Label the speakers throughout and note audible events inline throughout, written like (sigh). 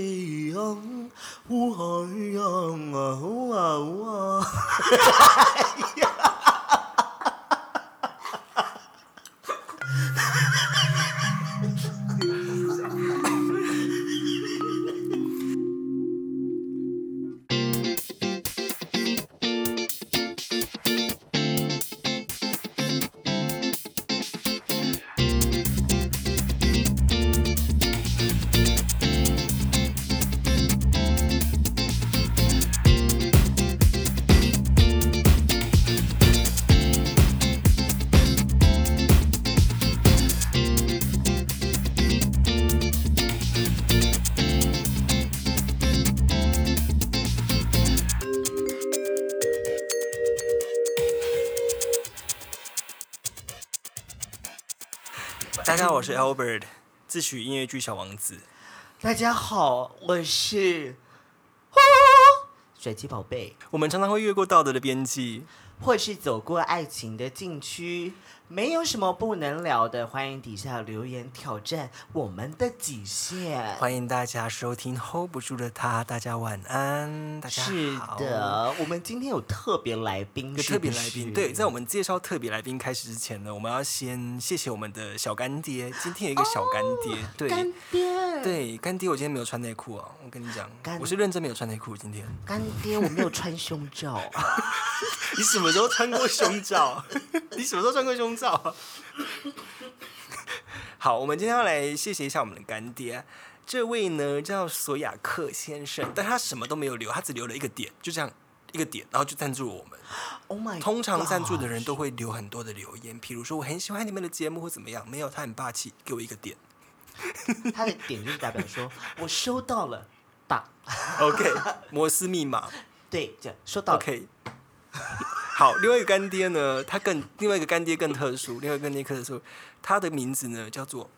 Speaker 1: 耶呀，乌海呀，啊呜啊呜啊！
Speaker 2: 大家好，我是 Albert，自诩音乐剧小王子。
Speaker 1: 大家好，我是水晶宝贝，
Speaker 2: 我们常常会越过道德的边际，
Speaker 1: 或是走过爱情的禁区，没有什么不能聊的，欢迎底下留言挑战我们的极限。
Speaker 2: 欢迎大家收听 Hold 不住的他。大家晚安，大家
Speaker 1: 是
Speaker 2: 好。，
Speaker 1: 的，我们今天有特别来宾，
Speaker 2: 有
Speaker 1: 是
Speaker 2: 特
Speaker 1: 不
Speaker 2: 别来宾。
Speaker 1: 是
Speaker 2: 对，在我们介绍特别来宾开始之前呢，我们要先谢谢我们的小干爹。今天有一个小干爹，对
Speaker 1: 哦干爹，
Speaker 2: 对，干爹，我今天没有穿内裤哦，我跟你讲
Speaker 1: 干，
Speaker 2: 我是认真没有穿内裤。今天
Speaker 1: 干爹，我没有穿胸罩，
Speaker 2: (laughs) 你什么时候穿过胸罩？ (laughs) 你什么时候穿过胸罩 (laughs) 啊？好，我们今天要来谢谢一下我们的干爹，这位呢叫索雅克先生，但他什么都没有留，他只留了一个点，就这样一个点，然后就赞助了我们。
Speaker 1: Oh my！
Speaker 2: 通常赞助的
Speaker 1: God
Speaker 2: 人都会留很多的留言，比如说我很喜欢你们的节目或怎么样，没有他很霸气，给我一个点。
Speaker 1: 他的点就是代表说，我收到了，吧？
Speaker 2: OK，摩 (laughs) 斯密码
Speaker 1: 对，这样收到了
Speaker 2: OK。好，另外一个干爹呢，他更另外一个干爹更特殊，另外一个干爹更特殊，他的名字呢叫做，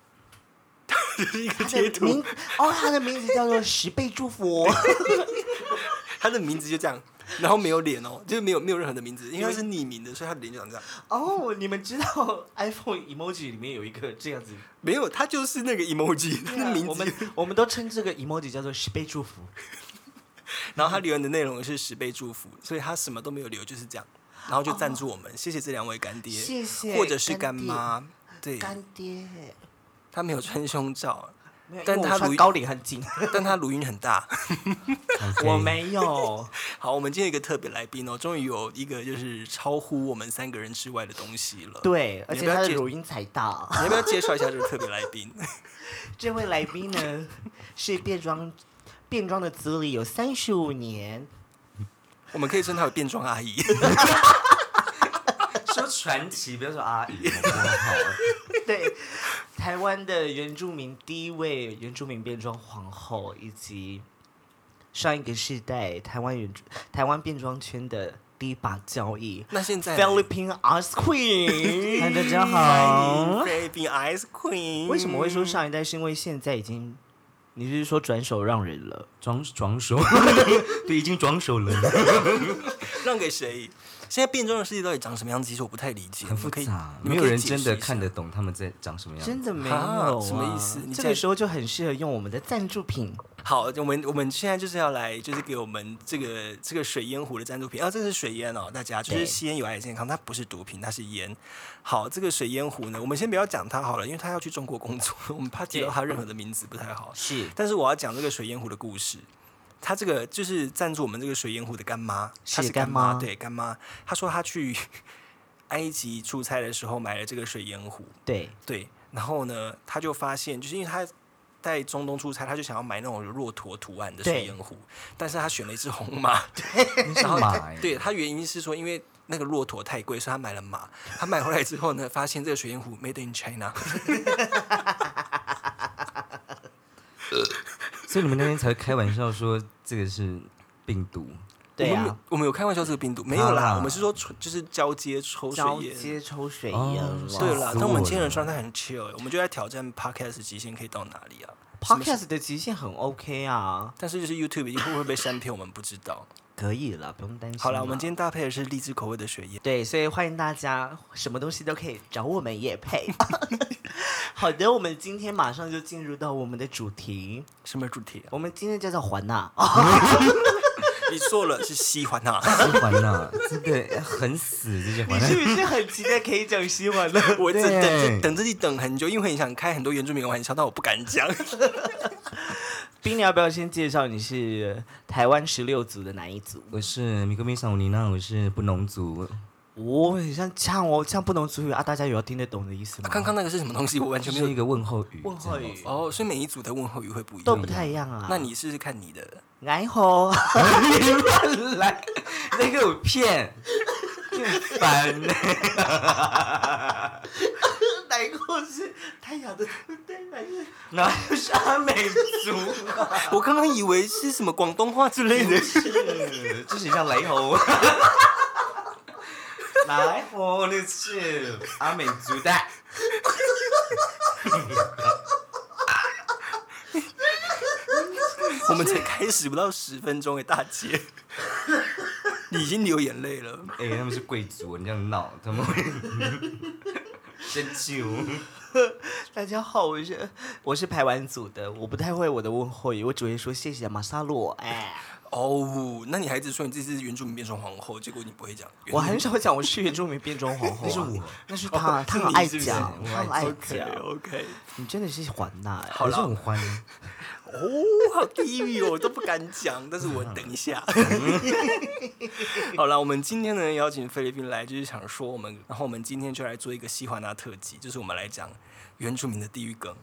Speaker 2: 这是一个
Speaker 1: 他
Speaker 2: 贴
Speaker 1: 的
Speaker 2: 图
Speaker 1: 名，哦，他的名字叫做十倍祝福、哦，
Speaker 2: 他的名字就这样，然后没有脸哦，就是没有没有任何的名字，因为他是匿名的，所以他的脸就长这样。
Speaker 1: 哦，你们知道 iPhone emoji 里面有一个这样子，啊
Speaker 2: 没有，他就是那个 (laughs) emoji，他的名
Speaker 1: 我
Speaker 2: 字
Speaker 1: 们我们都称这个 emoji 叫做十倍祝福。
Speaker 2: 然后他留言的内容是十倍祝福，所以他什么都没有留，就是这样，然后就赞助我们，谢谢这两位干爹，
Speaker 1: 谢谢
Speaker 2: 或者是干
Speaker 1: 干爹
Speaker 2: 妈，对，
Speaker 1: 干爹，
Speaker 2: 他没有穿胸罩，
Speaker 1: 没有，
Speaker 2: 但
Speaker 1: 因为我
Speaker 2: 他
Speaker 1: 穿
Speaker 2: 如
Speaker 1: 高领很紧，
Speaker 2: (laughs) 但他乳晕很大。
Speaker 1: 我没有。
Speaker 2: 好，我们今天有一个特别来宾哦，终于有一个就是超乎我们三个人之外的东西了。，
Speaker 1: 对，而
Speaker 2: 你
Speaker 1: 且
Speaker 2: 不要
Speaker 1: 他的
Speaker 2: 介
Speaker 1: 乳音才大。
Speaker 2: 你要不要介绍一下这个特别来宾？ (laughs)
Speaker 1: 这位来宾呢，是变装变装的资历有三十五年，
Speaker 2: 我们可以称她为变装阿姨。 (laughs)
Speaker 3: 说传奇，不要说阿
Speaker 1: (laughs)
Speaker 3: 姨，好不好？
Speaker 1: 对，台湾的原住民第一位原住民变装皇后，以及上一个世代台湾原住台湾变装圈的第一把交椅
Speaker 2: 那现在呢
Speaker 1: ，Philippine Ice Queen。
Speaker 3: 大家
Speaker 2: 欢迎
Speaker 3: 好，
Speaker 2: 菲律宾 Ice Queen。
Speaker 1: 为什么会说上一代？是因为现在已经，你是说转手让人了？
Speaker 3: 装 (laughs) 装手，对，已经装手了，
Speaker 2: 让给谁？现在变装的世界到底长什么样子？其实我不太理解，
Speaker 3: (laughs) 很复
Speaker 2: 你们可以
Speaker 3: 杂，
Speaker 2: 你们
Speaker 3: 没
Speaker 2: 可
Speaker 3: 有
Speaker 2: 以
Speaker 3: 人
Speaker 2: 解
Speaker 3: 真
Speaker 2: 释
Speaker 3: 的
Speaker 2: 一下
Speaker 3: 看得懂他们在长什么样。
Speaker 1: 真的没有、
Speaker 2: 啊
Speaker 1: 啊，
Speaker 2: 什么意思你
Speaker 1: 这
Speaker 2: 现
Speaker 1: 个
Speaker 2: 在
Speaker 1: 时候就很适合用我们的赞助品。
Speaker 2: 好，我们我们现在就是要来，就是给我们这个这个水烟壶的赞助品啊，这是水烟哦，大家就
Speaker 1: 对
Speaker 2: 是吸烟有害健康，它不是毒品，它是烟。好，这个水烟壶呢，我们先不要讲它好了，因为它要去中国工作，我们怕提到它任何的名字不太好。
Speaker 1: 是
Speaker 2: 但是我要讲这个水烟壶的故事。她这个就是赞助我们这个水烟壶的干妈，她
Speaker 1: 是
Speaker 2: 是干
Speaker 1: 干妈
Speaker 2: 对干妈。她说她去 (laughs) 埃及出差的时候买了这个水烟壶，
Speaker 1: 对，
Speaker 2: 对，然后呢，他就发现，就是因为他在中东出差，他就想要买那种骆驼图案的水
Speaker 1: 对
Speaker 2: 烟壶，但是他选了一只红马，
Speaker 1: (laughs)
Speaker 3: 那是马耶，
Speaker 2: (laughs) 对他原因是说，因为那个骆驼太贵，所以他买了马。他买回来之后呢，发现这个水烟壶 made in China，
Speaker 3: 所以你们那边才会开玩笑说这个是病毒，
Speaker 1: 对
Speaker 2: 我们
Speaker 1: 啊
Speaker 2: 有，我们有开玩笑这个病毒没有啦，
Speaker 3: 啊
Speaker 2: 我们是说纯就是交接抽水
Speaker 1: 交
Speaker 2: 烟。
Speaker 1: 接抽水
Speaker 3: 哦
Speaker 1: 烟了。
Speaker 2: 对
Speaker 3: 吓
Speaker 2: 啦，
Speaker 3: 死
Speaker 2: 但我们
Speaker 3: 我
Speaker 2: 今天
Speaker 3: 了
Speaker 2: 人状态很 chill，欸我们就在挑战 podcast 极限可以到哪里啊？
Speaker 1: Podcast 的极限很 OK 啊，
Speaker 2: (laughs) 但是就是 YouTube 会不会被删片，我们不知道。
Speaker 1: 可以了，不用担心。
Speaker 2: 好了，我们今天搭配的是荔枝口味的雪夜。
Speaker 1: 对，所以欢迎大家，什么东西都可以找我们也配。 (laughs) 好的，我们今天马上就进入到我们的主题，
Speaker 2: 什么主题、啊？
Speaker 1: 我们今天叫做环哦娜、
Speaker 2: (laughs) 你错了，是西环啊！
Speaker 3: 西环呐，真的很死这些
Speaker 1: 你
Speaker 3: 环。
Speaker 1: 是不是很期待可以讲西环呢？
Speaker 2: (laughs) 我一直等
Speaker 3: 对
Speaker 2: 着等着你等很久，因为很想开很多原住民的玩笑，但我不敢 (laughs) 讲。
Speaker 1: 冰，你要不要先介绍你是台湾十六组的哪一组？
Speaker 3: 我是米格米桑尼娜，我是布农族，
Speaker 1: 哦，很像呛哦，呛不能主语啊，大家有要听得懂的意思吗？
Speaker 2: 刚刚那个是什么东西？我完
Speaker 3: 就
Speaker 2: 全没
Speaker 3: 是一
Speaker 2: 有。
Speaker 3: 个问候语。
Speaker 1: 问候语
Speaker 3: 这样
Speaker 2: 哦，所以每一组的问候语会不一
Speaker 1: 都
Speaker 2: 样。
Speaker 1: 不太一样啊。
Speaker 2: 那你试试看你的， (laughs)
Speaker 1: 挨吼，
Speaker 3: 子乱来，那个我骗，骗烦呢。
Speaker 1: 哪一个是太阳的？对，哪是？
Speaker 3: 哪有是阿美族？
Speaker 2: 我刚刚以为是什么广东话之类的。 (laughs)
Speaker 3: 是，就是像雷猴。 (laughs) 来猴那是阿美族的，
Speaker 2: 我们才开始不到十分钟诶，大姐， (laughs) 你已经流眼泪了。
Speaker 3: 哎、他们是贵族，你这样闹，他们会 (laughs) 生气哦。
Speaker 1: (laughs) 大家好，我是我是排完组的，我不太会我的问候语，我只会说谢谢马萨洛。哎，
Speaker 3: (laughs)
Speaker 2: 哦，那你还一直说你自己是原住民变成皇后，结果你不会讲。
Speaker 1: 我很
Speaker 2: (laughs)
Speaker 1: 少讲我是原住民变装皇后、啊，
Speaker 3: (laughs) 那是我，
Speaker 1: 那是他，他
Speaker 2: 哦是
Speaker 1: 很
Speaker 2: 你
Speaker 1: 爱
Speaker 2: 是不是
Speaker 3: (laughs)
Speaker 1: 讲，
Speaker 3: 我
Speaker 1: 他很
Speaker 3: 爱
Speaker 1: 爱
Speaker 2: OK
Speaker 1: 讲，
Speaker 2: OK。
Speaker 1: 你真的是环娜、哎
Speaker 2: 好
Speaker 3: 我
Speaker 2: 啦
Speaker 3: 是很欢，
Speaker 2: 哦，好地狱哦，我都不敢讲，但是我等一下。 (laughs) 好了，我们今天呢邀请菲律宾来，就是想说我们，然后我们今天就来做一个西华纳特辑，就是我们来讲原住民的地狱梗，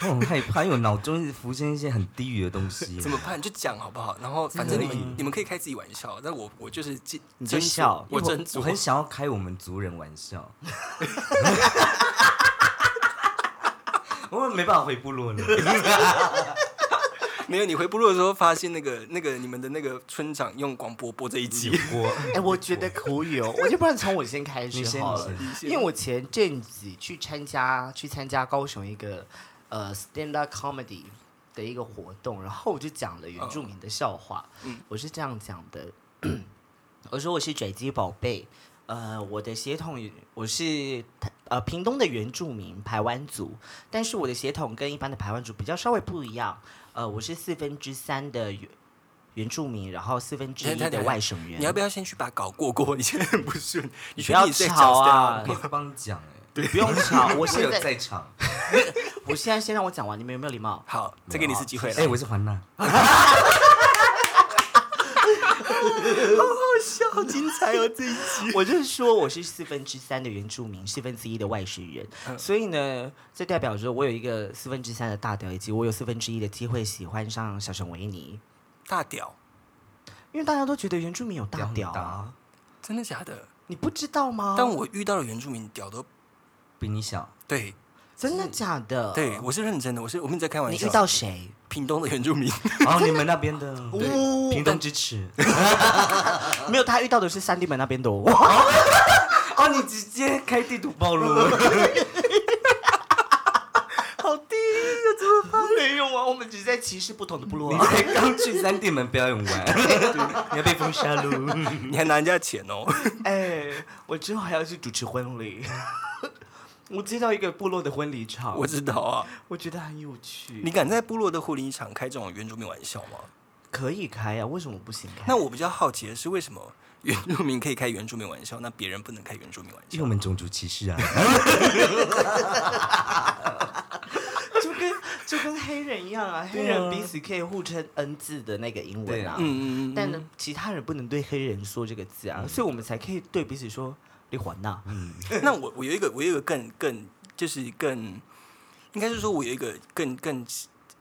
Speaker 3: 我很害怕，因为我脑中一直浮现一些很低语的东 (laughs) 西。
Speaker 2: 怎么办？就讲好不好？然后反正你
Speaker 3: 可以
Speaker 2: 们你们可以开自己玩笑，但我我就是真
Speaker 1: 你就
Speaker 2: 斟酌
Speaker 1: 笑
Speaker 2: 我
Speaker 3: 因为
Speaker 2: 真酌，
Speaker 3: 我很想要开我们族人玩笑， (laughs) 我没办法回部落了。 (laughs)
Speaker 2: 没有你回部落的时候发现那个那个你们的那个村长用广播播这一集，
Speaker 3: 我
Speaker 1: 哎、我觉得可以哦，我就不然从我先开
Speaker 3: 你
Speaker 1: 始
Speaker 3: 先
Speaker 1: 好
Speaker 3: 你
Speaker 1: 了
Speaker 3: 先，
Speaker 2: 你先
Speaker 1: 因为我前阵子去参加去参加高雄一个呃 stand up comedy 的一个活动，然后我就讲了原住民的笑话，
Speaker 2: 嗯
Speaker 1: 我是这样讲的，我说我是拽鸡宝贝，呃，我的血统我是台呃屏东的原住民排湾族，但是我的血统跟一般的排湾族比较稍微不一样，呃，我是四分之三的原原住民，然后四分之一
Speaker 2: 等一下
Speaker 1: 的外省人。
Speaker 2: (laughs) 你要不要先去把稿过过？你现在很不
Speaker 1: (laughs)
Speaker 2: 顺，你
Speaker 1: 不
Speaker 2: 觉得
Speaker 1: 要
Speaker 2: 你在讲
Speaker 1: 吵啊
Speaker 2: stand-up
Speaker 3: 可以帮你讲哎、
Speaker 1: 你不用
Speaker 2: (laughs)
Speaker 1: 吵，我
Speaker 3: 是有
Speaker 1: 现在
Speaker 3: 在场。
Speaker 1: 我现在先让我讲完，你们有没有礼啊貌？
Speaker 2: 好，再给你一次机会了。
Speaker 3: 哎、我是环娜，
Speaker 2: 笑，好精彩哦这一集。
Speaker 1: 我就是说我是四分之三的原住民，四分之一的外省人，
Speaker 2: 嗯
Speaker 1: 所以呢，这代表着我有一个四分之三的大屌，以及我有四分之一的机会喜欢上小熊维尼，
Speaker 2: 大屌，
Speaker 1: 因为大家都觉得原住民有大
Speaker 3: 表
Speaker 1: 屌啊，
Speaker 3: 达
Speaker 2: 真的假的？
Speaker 1: 你不知道吗？
Speaker 2: 但我遇到的原住民屌都
Speaker 3: 比你小， (laughs)
Speaker 2: 对
Speaker 1: 真的假的？
Speaker 2: 对，，我是认真的，我是我没有在开玩
Speaker 1: 呃你
Speaker 2: 笑。
Speaker 1: 遇到谁？
Speaker 2: 屏东的原住民， (laughs)
Speaker 3: 然后你们那边的
Speaker 1: 哦
Speaker 3: 屏东支持，
Speaker 1: 没有，他遇到的是三地门那边的
Speaker 2: (laughs)
Speaker 1: 我。
Speaker 3: 哦，你直接开地图暴露，
Speaker 1: 好低呀，怎么办？ (laughs) 没有啊，我们只是在歧视不同的部落
Speaker 3: (laughs) 你
Speaker 1: 啊。
Speaker 3: 才刚去三地门表演完， (laughs) 你要被封杀喽。
Speaker 2: 你还拿人家钱哦。 (laughs)
Speaker 1: 哎，我之后还要去主持婚礼。 (laughs) 我接到一个部落的婚礼场，
Speaker 2: (laughs) 我知道啊，
Speaker 1: 我觉得很有趣。
Speaker 2: 你敢在部落的护林场开这种原住民玩笑吗？
Speaker 1: 可以开啊，为什么不行开？
Speaker 2: 那我比较好奇的是，为什么原住民可以开原住民玩笑，那别人不能开原住民玩笑？
Speaker 3: 因为我们种族歧视啊，
Speaker 1: 就跟就跟黑人一样啊，黑人彼此可以互称 N 字的那个英文啊，
Speaker 2: 嗯嗯嗯
Speaker 1: 但呢，其他人不能对黑人说这个字啊，所以我们才可以对彼此说你还呐。
Speaker 3: (laughs)
Speaker 2: 嗯。那我我有一个我有一个更更就是更，应该是说我有一个更更，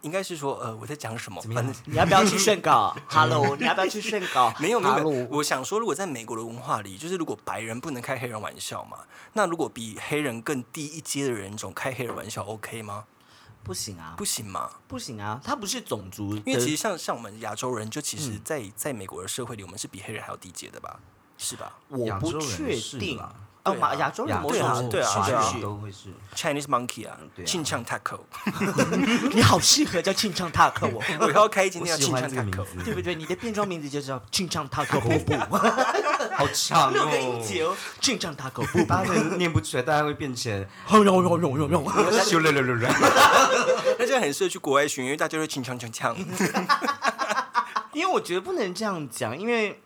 Speaker 2: 应该是说呃我在讲什么？
Speaker 3: 怎么
Speaker 2: 反
Speaker 3: 样
Speaker 2: 正
Speaker 1: (laughs) 你要不要去顺
Speaker 2: (laughs)
Speaker 1: 稿？Hello，你要不要去顺稿？
Speaker 2: 没有没有，没有
Speaker 1: Hello
Speaker 2: 我想说，如果在美国的文化里，就是如果白人不能开黑人玩笑嘛，那如果比黑人更低一阶的人种开黑人玩笑，OK 吗？
Speaker 1: 不行啊，
Speaker 2: 不行嘛，
Speaker 1: 不行啊，他不是种族的，
Speaker 2: 因为其实像像我们亚洲人，就其实
Speaker 3: 嗯
Speaker 2: 在在美国的社会里，我们是比黑人还要低阶的吧，是吧？
Speaker 1: 我
Speaker 3: 亚
Speaker 1: 不
Speaker 3: 洲人
Speaker 1: 确
Speaker 3: 是
Speaker 1: 定
Speaker 3: 啦
Speaker 1: 啊，哦，
Speaker 2: 对啊
Speaker 1: 马亚洲人
Speaker 3: 亚
Speaker 1: 某
Speaker 2: 对
Speaker 1: 种
Speaker 2: 啊
Speaker 1: 程度
Speaker 2: 对啊
Speaker 1: 是
Speaker 2: 对啊
Speaker 1: 不是
Speaker 3: 都
Speaker 2: (laughs)
Speaker 3: 会是
Speaker 2: Chinese monkey 啊
Speaker 3: 对，啊
Speaker 2: 庆唱
Speaker 3: (laughs)
Speaker 2: taco，
Speaker 1: 你好适合叫庆唱塔克我，
Speaker 2: 我要开今天要
Speaker 3: 喜
Speaker 2: 庆
Speaker 3: 欢
Speaker 2: 唱
Speaker 3: 这个名
Speaker 2: taco。
Speaker 1: 对
Speaker 3: 字，
Speaker 1: 不对？你的变装名字就叫庆唱塔克布布， (laughs)
Speaker 3: 好长
Speaker 1: 六个音节
Speaker 3: 哦。
Speaker 1: 哦，庆唱塔克哦布布
Speaker 3: 大家可能念不出来，大家会变成
Speaker 2: (laughs)
Speaker 1: 轰隆隆隆隆隆。
Speaker 3: 咻溜溜溜溜。
Speaker 2: (laughs) 那这样很适合去国外巡，因为大家会庆唱唱唱。
Speaker 1: (laughs) 因为我觉得不能这样讲，因为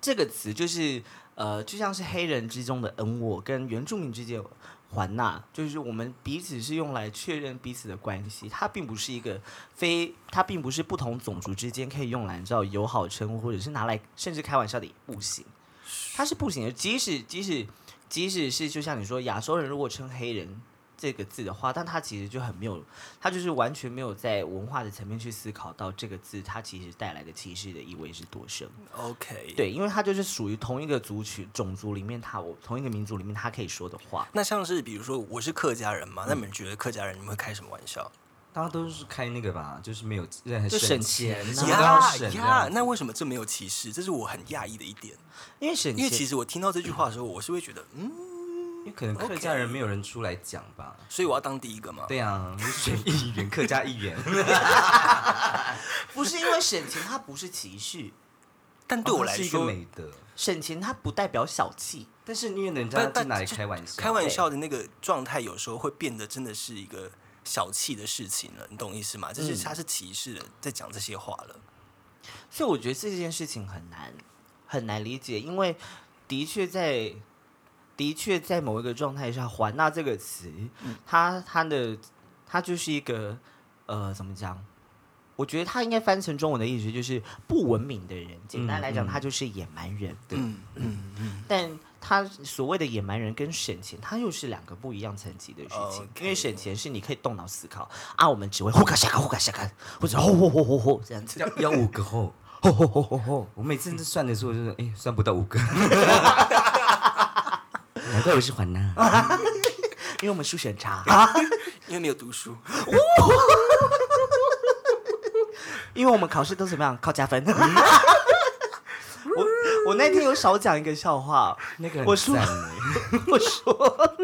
Speaker 1: 这个词就是呃，就像是黑人之中的恩我跟原住民之间的环纳，就是我们彼此是用来确认彼此的关系，它并不是一个非，它并不是不同种族之间可以用来你知道友好称呼，或者是拿来甚至开玩笑的也不行，它是不行的。即使即使即使是就像你说亚洲人如果称黑人。这个字的话，但它其实就很没有他就是完全没有在文化的层面去思考到这个字它其实带来的歧视的意味是多深。
Speaker 2: OK，
Speaker 1: 对，因为它就是属于同一个族群、种族里面它，我同一个民族里面他可以说的话，
Speaker 2: 那像是比如说我是客家人嘛，那你们觉得客家人你们会开什么玩笑？
Speaker 3: 大家都是开那个吧，就是没有任何
Speaker 1: 就省
Speaker 3: 钱啊
Speaker 1: 钱啊
Speaker 3: 什
Speaker 1: 那
Speaker 3: 么都要
Speaker 2: 呀
Speaker 3: 省这
Speaker 2: 呀，
Speaker 3: 样子。
Speaker 2: 那为什么这没有歧视？这是我很讶异的一点。
Speaker 1: 因为省
Speaker 2: 因为其
Speaker 1: 钱。
Speaker 2: 实我听到这句话的时候，我是会觉得，嗯，
Speaker 3: 因为可能客家人没有人出来讲吧。
Speaker 2: 所以我要当第一个嘛。
Speaker 3: 对啊，你选议员，客家议员，
Speaker 2: (laughs)
Speaker 1: 不是因为省钱，它不是歧视，
Speaker 2: 但对我来
Speaker 3: 哦是一个
Speaker 2: 说，
Speaker 3: 美德。
Speaker 1: 省钱它不代表小气。
Speaker 3: 但是因为人家
Speaker 2: 但但
Speaker 3: 在哪里开玩笑？
Speaker 2: 开玩笑的那个状态有时候会变得真的是一个小气的事情了，你懂意思吗？这是他是歧视的，在讲这些话了。
Speaker 1: 所以我觉得这件事情很难很难理解，因为的确在的确在某一个状态下，“环纳”这个词，
Speaker 2: 嗯
Speaker 1: 它它的它就是一个呃，怎么讲？我觉得它应该翻成中文的意思就是不文明的人。简单来讲，他就是野蛮人。对，
Speaker 2: 嗯嗯嗯，
Speaker 1: 但他所谓的野蛮人跟省钱，它又是两个不一样层级的事情。
Speaker 2: 哦 OK
Speaker 1: 因为省钱是你可以动脑思考啊，我们只会呼嘎下嘎呼嘎下嘎，或者吼吼吼吼吼这样子。
Speaker 3: 要要五个后。我每次算的时候就是，哎，算不到五
Speaker 2: (laughs)
Speaker 3: 个。难怪我是环娜。
Speaker 1: 因为我们数学很差。
Speaker 2: 啊因为没有读书，
Speaker 1: 因为我们考试都怎么样？靠加分。
Speaker 2: 嗯
Speaker 1: (laughs) 我我那天有少讲一个笑话，
Speaker 3: 那个
Speaker 1: 我
Speaker 3: 很
Speaker 1: 说
Speaker 3: 赞
Speaker 1: 我说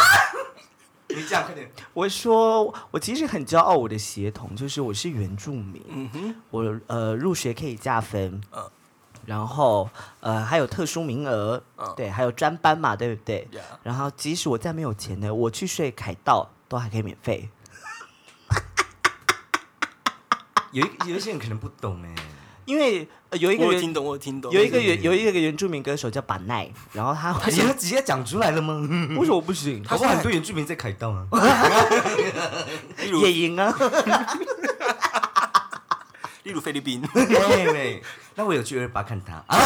Speaker 3: (laughs) 你讲快点。
Speaker 1: 我说我其实很骄傲我的血统，就是我是原住民，
Speaker 2: 嗯哼，
Speaker 1: 我呃入学可以加分，
Speaker 2: 嗯
Speaker 1: 然后呃还有特殊名额，
Speaker 2: 嗯
Speaker 1: 对，还有专班嘛，对不对
Speaker 2: Yeah
Speaker 1: 然后即使我再没有钱呢，我去睡凯道都还可以免费。
Speaker 3: 有一有一些人可能不懂哎，
Speaker 1: 因为、呃有一个
Speaker 2: 我有
Speaker 1: 原
Speaker 2: 听懂，我有听懂。
Speaker 1: 有一个原有一个原住民歌手叫板奈，然后他
Speaker 3: 你要直接讲出来了吗？
Speaker 1: (laughs) 为什么不行？
Speaker 3: 好不好？很多原住民在凯道啊。
Speaker 2: 例如
Speaker 1: 野营啊。
Speaker 2: 例如菲律宾，
Speaker 3: 对对，那我有去二八看他啊。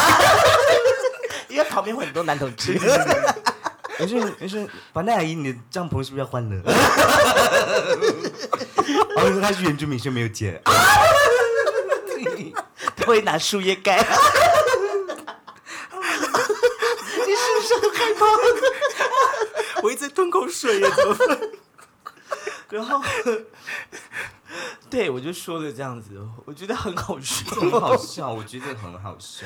Speaker 1: 因为旁边会很多男同 (laughs) 志。
Speaker 3: 没事没事，板奈阿姨，你的帐篷是不是要换了？ (laughs) 哦，他是原住民，是没有姐。
Speaker 1: 他会拿树叶盖。你是不是很害怕？
Speaker 2: 我一直在吞口水耶，怎么办？
Speaker 1: 然后，对我就说了这样子，我觉得很好笑。
Speaker 3: 很好笑，我觉得很好笑。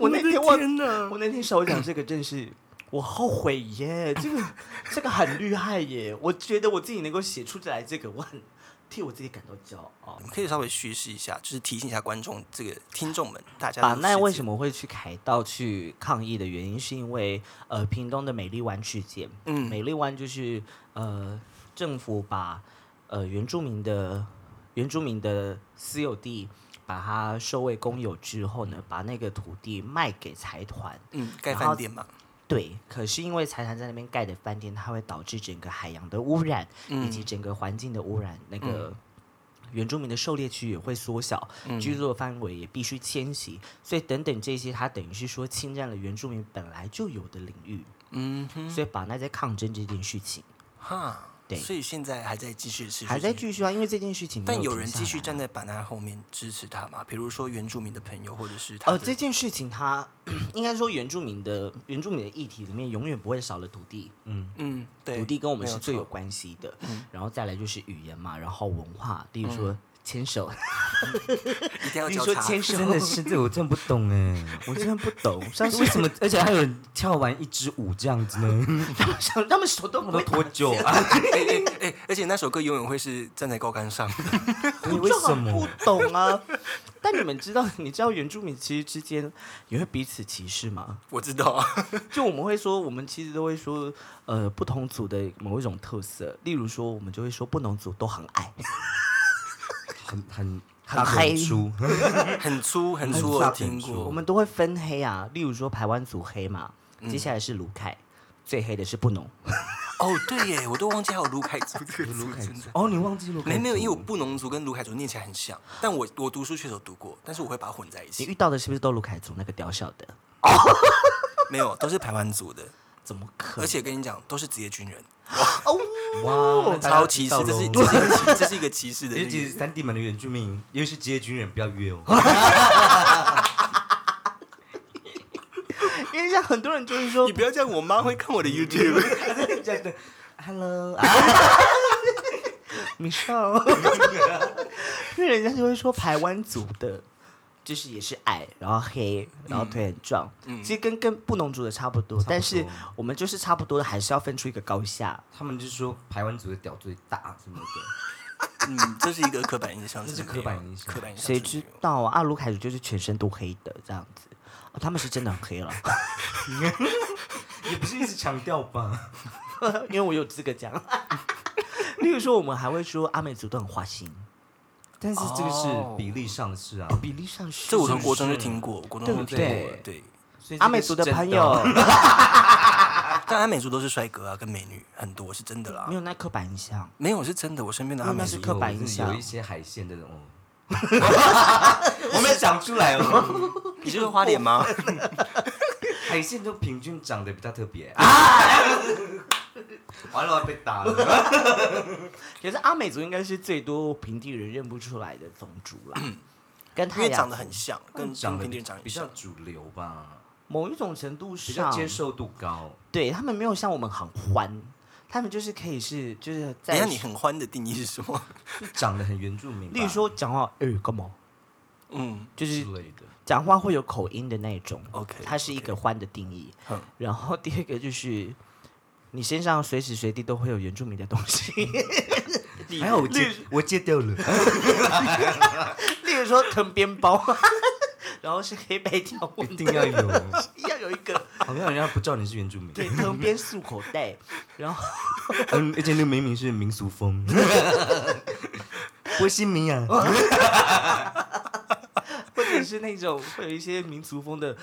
Speaker 1: 我那天
Speaker 2: (laughs) 我
Speaker 1: 忘
Speaker 2: 的天哪
Speaker 1: 我那天少讲这个，真是我后悔耶！这个这个很厉害耶！我觉得我自己能够写出来这个，我很替我自己感到骄傲
Speaker 2: 我。们可以稍微叙事一下，就是提醒一下观众，这个听众们，大家
Speaker 1: 把奈为什
Speaker 2: 么？
Speaker 1: 么会去凯道去抗议的原因，是因为呃，屏东的美丽湾事件。
Speaker 2: 嗯
Speaker 1: 美丽湾就是呃，政府把呃原住民的原住民的私有地把它收为公有之后呢，把那个土地卖给财团。
Speaker 2: 嗯，盖
Speaker 1: 然后
Speaker 2: 饭店嘛，
Speaker 1: 对，可是因为财团在那边盖的饭店，它会导致整个海洋的污染，
Speaker 2: 嗯
Speaker 1: 以及整个环境的污染，那个原住民的狩猎区也会缩小，
Speaker 2: 嗯
Speaker 1: 居住的范围也必须迁徙，所以等等这些，它等于是说侵占了原住民本来就有的领域，
Speaker 2: 嗯哼，
Speaker 1: 所以把那在抗争这件事情
Speaker 2: 哈，
Speaker 1: 对
Speaker 2: 所以现在还在继续持续，
Speaker 1: 还在。继续啊，因为这件事情没
Speaker 2: 但有
Speaker 1: 有
Speaker 2: 人
Speaker 1: 停下
Speaker 2: 继续
Speaker 1: 来
Speaker 2: 站在板纳后面支持他嘛？比如说原住民的朋友，或者是他
Speaker 1: 呃，
Speaker 2: 的
Speaker 1: 这件事情它 (clears throat) 应该说原住民的原住民的议题里面永远不会少了土地，
Speaker 2: 嗯，对，
Speaker 1: 土地跟我们
Speaker 2: 没
Speaker 1: 是最有嗯
Speaker 2: 错
Speaker 1: 关系的。然后再来就是语言嘛，然后文化，例如说牵手，
Speaker 2: 一定要
Speaker 1: 你
Speaker 2: 交
Speaker 1: 说
Speaker 2: 叉。
Speaker 1: 牵手
Speaker 3: 真的是这我真不懂哎，
Speaker 1: (laughs) 我真的不懂，上次
Speaker 3: 为什么？而且还有人跳完一支舞这样子呢？
Speaker 1: 想 (laughs) 他们手都不
Speaker 3: 都
Speaker 1: 会
Speaker 3: 多久
Speaker 2: (laughs)
Speaker 3: 啊？
Speaker 2: 哎哎哎！而且那首歌永远会是站在高杆上， (laughs)
Speaker 3: 你为什么？
Speaker 1: 不懂啊？ (laughs) 但你们知道，你知道原住民其实之间也会彼此歧视吗？
Speaker 2: 我知道啊。
Speaker 1: 就我们会说，我们其实都会说，呃，不同组的某一种特色，例如说，我们就会说不同组都很矮，
Speaker 3: (laughs) 很很
Speaker 1: 很黑
Speaker 3: 出， (laughs)
Speaker 2: 很粗很粗，我有听过。
Speaker 1: 我们都会分黑啊。例如说，台湾组黑嘛，接下来是卢凯，最黑的是不农，
Speaker 2: 哦，对耶，我都忘记还有
Speaker 1: (laughs)
Speaker 2: 卢凯族这个卢凯族。
Speaker 3: 哦，你忘记了？
Speaker 2: 没没有，因为我布农族跟卢凯族念起来很像，但我我读书确实有读过，但是我会把它混在一
Speaker 1: 你
Speaker 2: 起。
Speaker 1: 遇到的是不是都卢凯族那个屌小的？
Speaker 2: 没有，都是台湾族的，
Speaker 1: 怎么可
Speaker 2: 而
Speaker 1: 能？
Speaker 2: 且跟你讲，都是职业军人，
Speaker 1: 哦
Speaker 3: 哇，
Speaker 2: 超歧视，这是这
Speaker 3: (laughs)
Speaker 2: 是一个歧这是一个歧视的
Speaker 3: 尤其
Speaker 2: 意
Speaker 3: 是
Speaker 2: 思。
Speaker 3: 三地门的原住民，尤其是职业军人，不要约哦。
Speaker 1: 因为像很多人就是说
Speaker 2: 你，不要这样，我妈会看我的 YouTube。
Speaker 3: 真的，Hello，
Speaker 1: 米少， (laughs) 因为人家就会说台湾族的，就是也是矮，然后黑，
Speaker 2: 嗯
Speaker 1: 然后腿很壮，其实跟跟布农族的差不多，但是我们就是差不多的，还是要分出一个高下。
Speaker 3: 他们就说台湾族的屌最大什么的，
Speaker 2: 嗯，这是一个刻板印象，
Speaker 3: 这是
Speaker 2: 真的没有
Speaker 3: 刻板印象
Speaker 2: 刻板印象。
Speaker 1: 谁知道啊？阿鲁凯族就是全身都黑的这样子、哦，他们是真的很黑了， (laughs)
Speaker 3: 也不是一直强调吧？
Speaker 1: 因为我有资格讲。 (laughs) 例如说，我们还会说阿美族都很花心，哦
Speaker 3: 但是这个
Speaker 2: 哦
Speaker 3: 是比例上是啊，
Speaker 1: 比例上是
Speaker 2: 这我从国中就听过，国中就听过
Speaker 3: 对。
Speaker 2: 对，
Speaker 3: 所以这个
Speaker 1: 阿美族的
Speaker 3: 是真
Speaker 1: 朋友
Speaker 2: 但阿美族都是帅哥啊，跟美女很多是真的啦
Speaker 1: 没。有那刻板印象。
Speaker 2: 没有，是真的，我身边的阿美
Speaker 1: 那
Speaker 2: 族
Speaker 1: 是刻板印象
Speaker 3: 有一些海鲜的哦。 (laughs) 我没有讲出来哦，
Speaker 2: 你是花脸吗？
Speaker 3: 海鲜都平均长得比较特别啊！完了，我要被打了。
Speaker 1: 可是阿美族应该是最多平地人认不出来的宗族啦， (clears throat) 跟
Speaker 2: 嗯因
Speaker 1: 太
Speaker 2: 为长
Speaker 1: 阳
Speaker 2: 得很像，跟跟
Speaker 3: 长得
Speaker 2: 平地人长得
Speaker 3: 比
Speaker 2: 很
Speaker 3: 较
Speaker 2: 像。
Speaker 3: 主流吧，
Speaker 1: 某一种程度
Speaker 3: 比较
Speaker 1: 上，
Speaker 3: 接受度高。
Speaker 1: 对他们没有像我们很欢，他们就是可以是就是
Speaker 2: 等一下，
Speaker 1: 在，
Speaker 2: 你很欢的定义是什么？ (laughs)
Speaker 3: 长得很原住民吧，
Speaker 1: 例如说讲话哎干嘛，
Speaker 2: 嗯，
Speaker 1: 就是
Speaker 3: 之类的，
Speaker 1: 讲话会有口音的那种
Speaker 2: OK，
Speaker 1: 它是一个欢的定义。
Speaker 2: 嗯
Speaker 1: 然后第二个就是。你身上随时随地都会有原住民的东
Speaker 2: (laughs)
Speaker 1: 西，
Speaker 3: 还好我戒我戒掉了，
Speaker 1: 例如说藤编包， (laughs) 然后是黑白条
Speaker 3: 一
Speaker 1: 纹
Speaker 3: 定要有，
Speaker 1: 要 (laughs) 有一个
Speaker 3: 好像人家不知道你是原住民，
Speaker 1: 对藤编束口袋，然后
Speaker 3: 嗯，而且那个明明是民俗风，波西米亚，
Speaker 1: (laughs) 或者是那种会有一些民族风的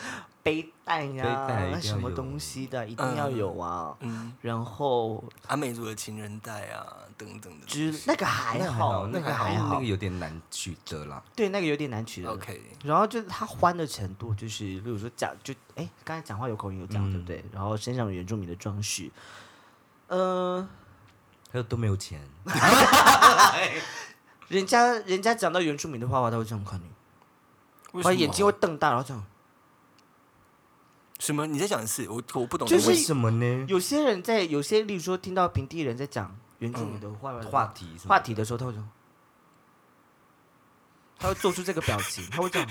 Speaker 1: 背带呀、
Speaker 3: 背带一定要有
Speaker 1: 什么东西的，一定要有啊。
Speaker 2: 嗯，
Speaker 1: 然后
Speaker 2: 阿美族的情人带啊，等等的。
Speaker 1: 之那个还好，
Speaker 3: 那
Speaker 1: 个
Speaker 3: 还好，那
Speaker 1: 好
Speaker 3: 个，有点难取得啦。
Speaker 1: 对，那个有点难取得。
Speaker 2: OK，
Speaker 1: 然后就是他欢的程度，就是例如说讲，就哎，刚才讲话有口音有讲、
Speaker 3: 嗯
Speaker 1: 对不对？然后身上有原住民的装饰，呃，
Speaker 3: 还有都没有钱，
Speaker 1: 人家人家讲到原住民的话，我都会这样看你，我
Speaker 2: 为什么
Speaker 1: 眼睛会瞪大，然后这样。
Speaker 2: 什么？你再讲一次，我我不懂。
Speaker 1: 就是
Speaker 3: 为什么呢？
Speaker 1: 有些人在有些，例如说听到平地人在讲原住民的话、
Speaker 3: 话题什么
Speaker 1: 话题的时候，他会说，他会做出这个表情， (laughs) 他会这样。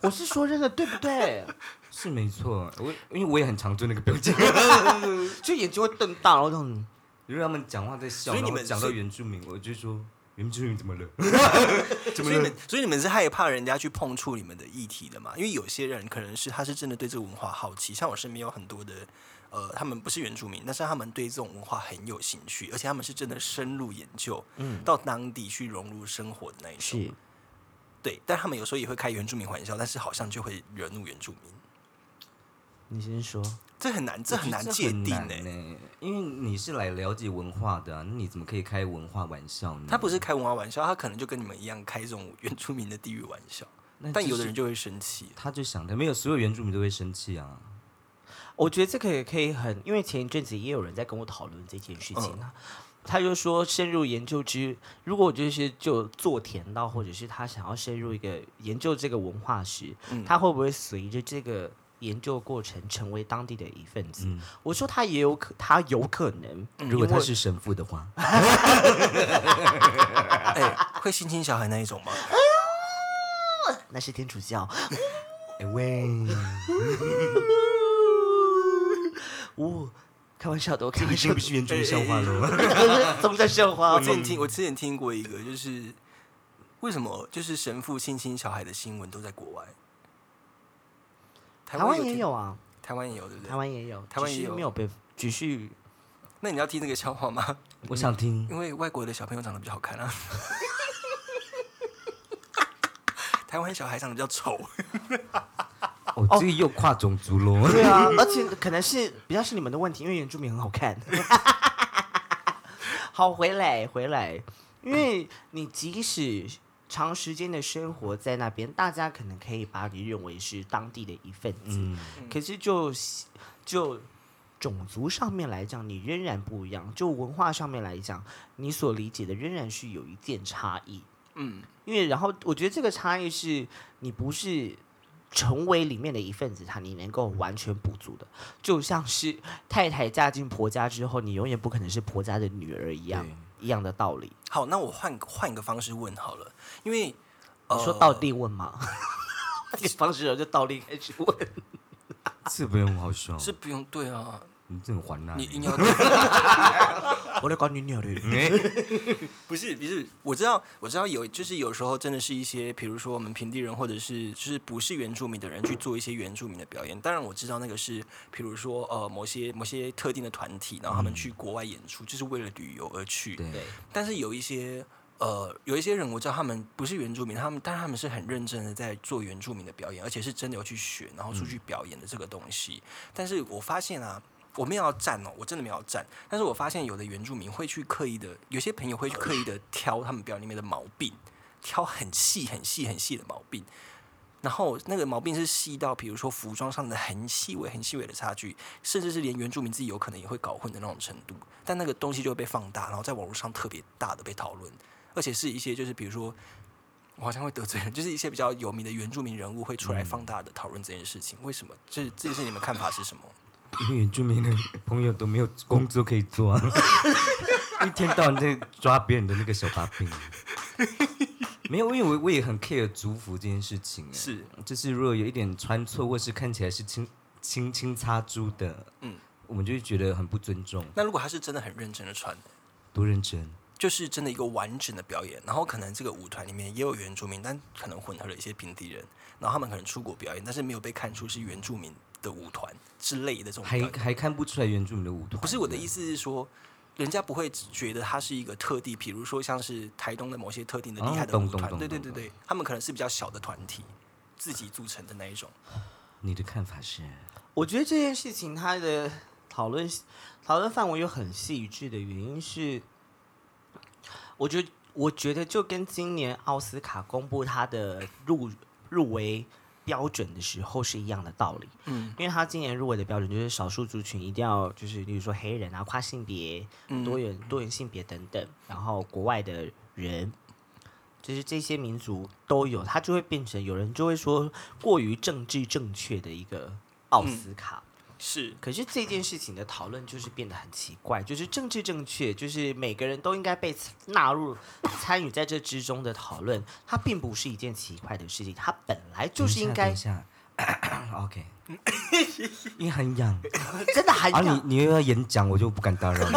Speaker 1: 我是说真的，对不 (laughs) 对？
Speaker 3: 是没错，我因为我也很常做那个表情，
Speaker 1: 就眼睛会瞪大，然后这样。
Speaker 3: 如果他们讲话在笑，
Speaker 2: 所以
Speaker 3: 然
Speaker 2: 你
Speaker 3: 后
Speaker 2: 们
Speaker 3: 讲到
Speaker 2: 所以
Speaker 3: 原住民，我就说原住民怎么了？
Speaker 2: 所
Speaker 3: 怎么
Speaker 2: 以你
Speaker 3: 了
Speaker 2: 们？，所以你们是害怕人家去碰触你们的议题的嘛？因为有些人可能是他是真的对这个文化好奇，像我身边有很多的，呃，他们不是原住民，但是他们对这种文化很有兴趣，而且他们是真的深入研究，嗯，到当地去融入生活的那一种。
Speaker 1: 是，
Speaker 2: 对，但他们有时候也会开原住民玩笑，但是好像就会惹怒原住民，
Speaker 1: 你先说。
Speaker 2: 这很 (laughs) 难，这很难界
Speaker 3: (laughs)
Speaker 2: 定欸呢、
Speaker 3: 呢、
Speaker 1: 欸
Speaker 3: 因为你是来了解文化的、啊，那你怎么可以开文化玩笑呢？
Speaker 2: 他不是开文化玩笑，他可能就跟你们一样开这种原住民的地域玩笑，
Speaker 3: 那
Speaker 2: 但
Speaker 3: 就
Speaker 2: 有的
Speaker 3: 是
Speaker 2: 人就会
Speaker 1: (laughs)
Speaker 2: 生气。
Speaker 3: 他就想的没有，所有原住民都会生气啊。
Speaker 1: 我觉得这个也可以很，因为前一阵子也有人在跟我讨论这件事情
Speaker 2: 嗯
Speaker 1: 啊。他就说，深入研究之，如果就是就做田到，或者是他想要深入一个研究这个文化时，
Speaker 2: 嗯
Speaker 1: 他会不会随着这个研究过程成为当地的一份子？
Speaker 2: 嗯
Speaker 1: 我说他也有可，他有可能，
Speaker 3: 如果
Speaker 1: 因为
Speaker 3: 他是神父的话，
Speaker 2: 哎、会性侵小孩那
Speaker 1: (laughs)
Speaker 2: 一种吗？
Speaker 1: 那是天主教。
Speaker 3: (laughs) 哎喂，
Speaker 2: (laughs)
Speaker 1: 呜、开玩笑的，我开玩
Speaker 3: 已
Speaker 1: 笑的
Speaker 3: 经不，是原著的笑
Speaker 2: (laughs)
Speaker 3: 话
Speaker 1: (laughs)
Speaker 3: 了。
Speaker 1: 总在笑话
Speaker 2: 我之。前听，我之前听过一个，就是为什么就是神父性侵小孩的新闻都在国外，台
Speaker 1: 台湾
Speaker 2: 有
Speaker 1: 也
Speaker 2: 听
Speaker 1: 有，啊，
Speaker 2: 台湾也有，对不对
Speaker 1: 台？湾也有，
Speaker 2: 台湾
Speaker 1: 只
Speaker 2: 也
Speaker 1: 是
Speaker 2: 有
Speaker 1: 没有被只是
Speaker 2: 那你要听这个笑话吗？
Speaker 3: (laughs) 我想听，
Speaker 2: 因为外国的小朋友长得比较好看
Speaker 1: (laughs)
Speaker 2: 啊，台湾小孩长得比较丑，
Speaker 3: 哦，这个又跨种族喽。
Speaker 2: 哦
Speaker 1: 对啊，而且可能是比较是你们的问题，因为原住民很好看。 (laughs) 好，回来回来，因为你即使长时间的生活在那边，大家可能可以把你认为是当地的一份子，
Speaker 3: 嗯，
Speaker 1: 可是就就种族上面来讲，你仍然不一样；就文化上面来讲，你所理解的仍然是有一点差异。
Speaker 2: 嗯，
Speaker 1: 因为然后我觉得这个差异是你不是成为里面的一份子，他你能够完全补足的，就像是太太嫁进婆家之后，你永远不可能是婆家的女儿一样
Speaker 3: (laughs) 对
Speaker 1: 一样的道理。
Speaker 2: 好，那我换换一个方式问好了，因为、呃、
Speaker 1: 你说倒地问吗？你哦 (laughs) 方时柔就倒立开始问，
Speaker 3: 这不用好爽，
Speaker 2: 是不用对啊，
Speaker 3: 你这很还呐
Speaker 2: 你。
Speaker 1: (laughs)
Speaker 2: 硬要
Speaker 1: 我在管你鸟的。
Speaker 3: 哎，
Speaker 2: 不是不是，我知道我知道有，就是有时候真的是一些，比如说我们平地人或者是就是不是原住民的人去做一些原住民的表演。当然我知道那个是，比如说呃某些某些特定的团体，然后他们去国外演出，就是为了旅游而去。
Speaker 3: 对
Speaker 1: 对，
Speaker 2: 但是有一些呃，有一些人我知道他们不是原住民，他们但他们是很认真的在做原住民的表演，而且是真的有去学，然后出去表演的这个东西。但是我发现啊。我没有要站哦，我真的没有要站。但是我发现有的原住民会去刻意的，有些朋友会去刻意的挑他们表演里面的毛病，挑很细、很细、很细的毛病。然后那个毛病是细到，比如说服装上的很细微、很细微的差距，甚至是连原住民自己有可能也会搞混的那种程度。但那个东西就会被放大，然后在网络上特别大的被讨论，而且是一些就是比如说，我好像会得罪人，就是一些比较有名的原住民人物会出来放大的讨论这件事情。为什么？这这件事你们看法是什么？
Speaker 3: 因为原住民的朋友都没有工作可以做
Speaker 2: (laughs)
Speaker 3: 啊，一天到晚在抓别人的那个小把柄。没有，因为我我也很 care 族服这件事情、哎，
Speaker 2: 是
Speaker 3: 就是如果有一点穿错，或是看起来是轻轻轻擦珠的，
Speaker 2: 嗯
Speaker 3: 嗯，我们就会觉得很不尊重，
Speaker 2: 那如果他是真的很认真的穿，
Speaker 3: 多认真。
Speaker 2: 就是真的一个完整的表演，然后可能这个舞团里面也有原住民，但可能混合了一些平地人，然后他们可能出国表演，但是没有被看出是原住民的舞团之类的这种表
Speaker 3: 还
Speaker 2: 演。
Speaker 3: 还看不出来原住民的舞团。
Speaker 2: 不是我的意思是说，人家不会觉得他是一个特地，比如说像是台东的某些特定的厉害
Speaker 3: 哦
Speaker 2: 的
Speaker 3: 懂
Speaker 2: 舞
Speaker 3: 懂
Speaker 2: 团，
Speaker 3: 懂
Speaker 2: 对对对
Speaker 3: 懂
Speaker 2: 对，他们可能是比较小的团体，自己组成的那一种。
Speaker 3: 你的看法是？
Speaker 1: 我觉得这件事情它的讨论讨论范围又很细致的原因是，我觉得我觉得就跟今年奥斯卡公布它的入入围标准的时候是一样的道理。
Speaker 2: 嗯，
Speaker 1: 因为他今年入围的标准就是少数族群一定要就是，例如说黑人啊、跨性别、
Speaker 2: 嗯
Speaker 1: 多元
Speaker 3: 嗯
Speaker 1: 多元性别等等，然后国外的人，就是这些民族都有，他就会变成有人就会说过于政治正确的一个
Speaker 3: 嗯
Speaker 1: 奥斯卡。
Speaker 2: 是
Speaker 1: 可是这件事情的讨论就是变得很奇怪，就是政治正确，就是每个人都应该被纳入参与在这之中的讨论，它并不是一件奇怪的事情，它本来就是应该
Speaker 3: 等一下
Speaker 2: (laughs)
Speaker 3: 等一下哦，OK，因为很痒
Speaker 1: 真的很
Speaker 3: 啊，
Speaker 1: 想。
Speaker 3: 你你又要演讲，我就不敢打扰你。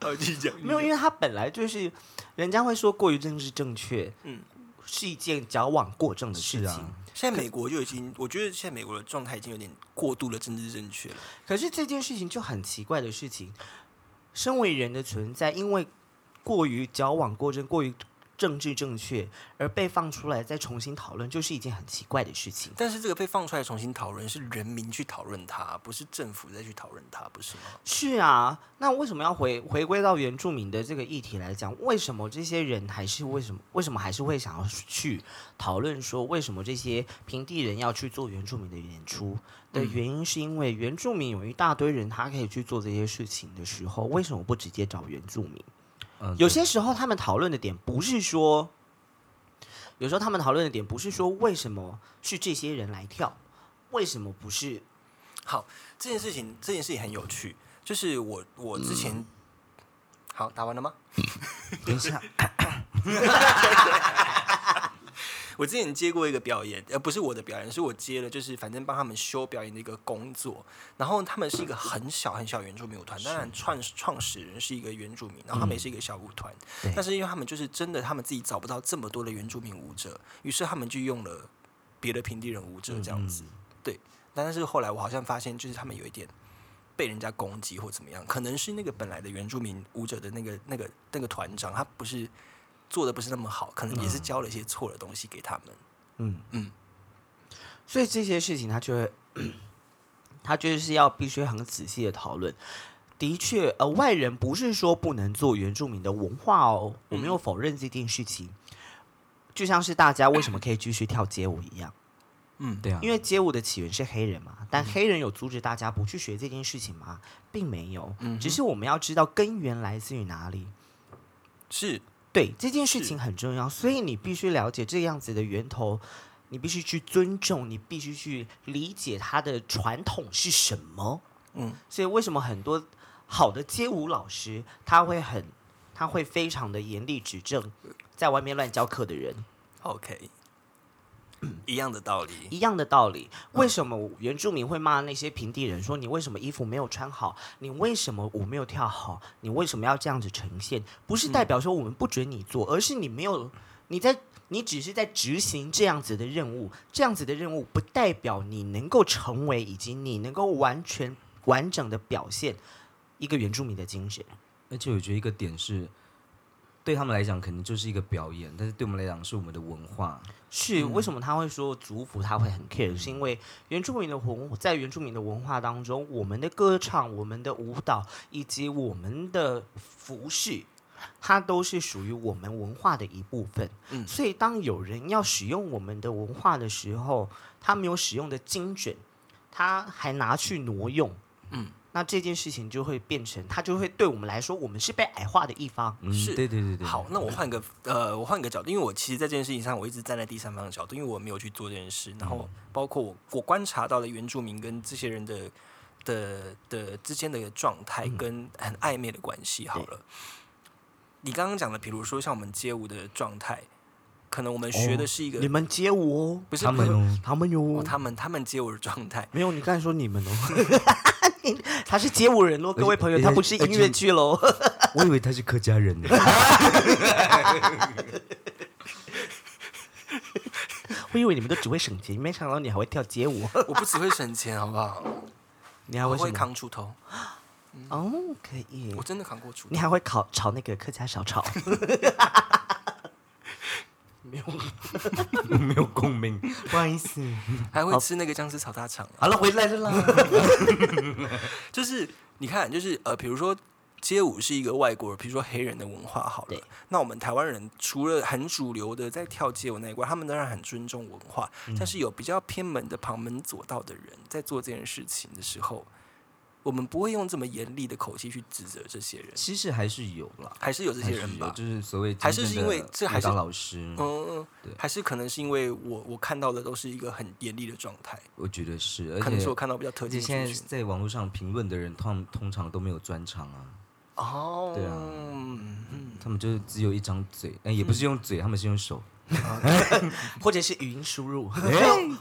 Speaker 2: 呃，你讲
Speaker 1: 没有，因为他本来就是，人家会说过于政治正确，
Speaker 2: 嗯
Speaker 1: 是一件矫枉过正的事
Speaker 3: 是
Speaker 1: 情。
Speaker 3: 啊，
Speaker 2: 现在美国就已经，我觉得现在美国的状态已经有点过度的政治正确了。
Speaker 1: 可是这件事情就很奇怪的事情，身为人的存在，因为过于矫枉过正、过于政治正确而被放出来再重新讨论，就是一件很奇怪的事情。
Speaker 2: 但是这个被放出来重新讨论，是人民去讨论它，不是政府再去讨论它，不是吗？
Speaker 1: 是啊，那为什么要回回归到原住民的这个议题来讲？为什么这些人还是为什么为什么还是会想要去讨论说为什么这些平地人要去做原住民的演出的原因，是因为原住民有一大堆人他可以去做这些事情的时候，为什么不直接找原住民？
Speaker 3: 嗯
Speaker 1: 有些时候他们讨论的点不是说，有时候他们讨论的点不是说为什么是这些人来跳，为什么不是
Speaker 2: 好，这件事情，这件事情很有趣，就是我我之前、好打完了吗？
Speaker 3: 嗯等一下，
Speaker 2: (laughs) 我之前接过一个表演，呃，不是我的表演，是我接了，就是反正帮他们修表演的一个工作。然后他们是一个很小很小原住民舞团，当然创创始人是一个原住民，然后他们也是一个小舞团。
Speaker 3: 嗯对
Speaker 2: 但是因为他们就是真的，他们自己找不到这么多的原住民舞者，于是他们就用了别的平地人舞者这样子。对，但是后来我好像发现，就是他们有一点。被人家攻击或怎么样，可能是那个本来的原住民舞者的那个那个那个团长，他不是做的不是那么好，可能也是教了一些错的东西给他们。
Speaker 1: 所以这些事情他就会，他就是要必须很仔细的讨论。的确，呃，外人不是说不能做原住民的文化哦，我没有否认这件事情。就像是大家为什么可以继续跳街舞一样，
Speaker 2: 嗯，
Speaker 3: 对啊，
Speaker 1: 因为街舞的起源是黑人嘛，但黑人有阻止大家不去学这件事情吗？并没有，只是我们要知道根源来自于哪里。
Speaker 2: 是
Speaker 1: 对这件事
Speaker 2: 是
Speaker 1: 情很重要，所以你必须了解这样子的源头，你必须去尊重，你必须去理解它的传统是什么。
Speaker 2: 嗯，
Speaker 1: 所以为什么很多好的街舞老师他会很他会非常的严厉指正在外面乱教课的人，
Speaker 2: OK，一样的道理。
Speaker 1: 一样的道理。为什么原住民会骂那些平地人说你为什么衣服没有穿好？你为什么舞没有跳好？你为什么要这样子呈现？不是代表说我们不准你做，而是你没有你在你只是在执行这样子的任务，这样子的任务不代表你能够成为以及你能够完全完整的表现一个原住民的精神。
Speaker 3: 而且我觉得一个点是，对他们来讲可能就是一个表演，但是对我们来讲是我们的文化。
Speaker 1: 是为
Speaker 2: 嗯
Speaker 1: 什么他会说族服他会很 care？、是因为原住民的文在原住民的文化当中，我们的歌唱、我们的舞蹈以及我们的服饰，它都是属于我们文化的一部分。
Speaker 2: 嗯
Speaker 1: 所以当有人要使用我们的文化的时候，他没有使用的精准，他还拿去挪用，嗯，那这件事情就会变成，他就会对我们来说，我们是被矮化的一方。
Speaker 3: 嗯，
Speaker 2: 是
Speaker 3: 对对对对。
Speaker 2: 好，，那我换个呃，我换个角度，因为我其实在这件事情上，我一直站在第三方的角度，因为我没有去做这件事。然后
Speaker 1: 嗯
Speaker 2: 包括我我观察到的原住民跟这些人的的的之间的状态
Speaker 1: 嗯
Speaker 2: 跟很暧昧的关系。好了，你刚刚讲的，比如说像我们街舞的状态，可能我们学的是一
Speaker 1: 哦
Speaker 2: 个、
Speaker 1: 你们接我哦，
Speaker 2: 不是
Speaker 3: 他
Speaker 2: 不
Speaker 3: 们
Speaker 2: 是
Speaker 3: 哦，
Speaker 1: 他们哟、
Speaker 2: 哦他们他们街舞的状
Speaker 1: (laughs)
Speaker 2: 态，
Speaker 1: 没有，你刚才说你们 (laughs) 哦，他是街舞人哦，各位朋友，他不是音乐剧喽。
Speaker 3: (laughs) 我以为他是客家人呢。
Speaker 1: (laughs)
Speaker 2: (laughs)
Speaker 1: 我以为你们都只会省钱，没想到你还会跳街 (laughs) 舞，
Speaker 2: 我不只会省钱，好不好？
Speaker 1: 你还
Speaker 2: 我
Speaker 1: 会
Speaker 2: 会
Speaker 1: 什么？
Speaker 2: 扛锄头，
Speaker 1: 哦，可以
Speaker 2: 我，真的扛过锄头
Speaker 1: 你。还会烤炒那个客家小炒。没有，
Speaker 3: 没有共鸣。
Speaker 1: 不好意 (laughs) 思。
Speaker 2: 还会吃那个姜丝炒大肠、啊。
Speaker 3: 好了，回来
Speaker 1: (laughs)
Speaker 3: 了啦。
Speaker 2: 就是你看，就是呃，比如说街舞是一个外国人，比如说黑人的文化好了
Speaker 1: 对，
Speaker 2: 那我们台湾人除了很主流的在跳街舞那一块，他们当然很尊重文化，但是有比较偏门的旁门左道的人在做这件事情的时候，我们不会用这么严厉的口气去指责这些人，
Speaker 3: (laughs) 其实还是有啦，
Speaker 2: 还是有这些人吧
Speaker 3: 还是有。就是所谓
Speaker 2: 还是是因为这还是
Speaker 3: 真正的舞蹈老师，
Speaker 2: 嗯，
Speaker 3: 对
Speaker 2: 还是可能是因为我我看到的都是一个很严厉的状态，
Speaker 3: 我觉得是，而
Speaker 2: 可能是我
Speaker 3: 且
Speaker 2: 看到比较特
Speaker 3: 而
Speaker 2: 定
Speaker 3: 且
Speaker 2: 的
Speaker 3: 现在
Speaker 2: 族群
Speaker 3: 在网络上评论的人，通通常都没有专长啊，
Speaker 2: 哦，
Speaker 3: 对啊
Speaker 2: 嗯
Speaker 3: 他们就是只有一张嘴，哎，也不是用嘴，他们是用手。
Speaker 1: 或者是语音输 (laughs) 入，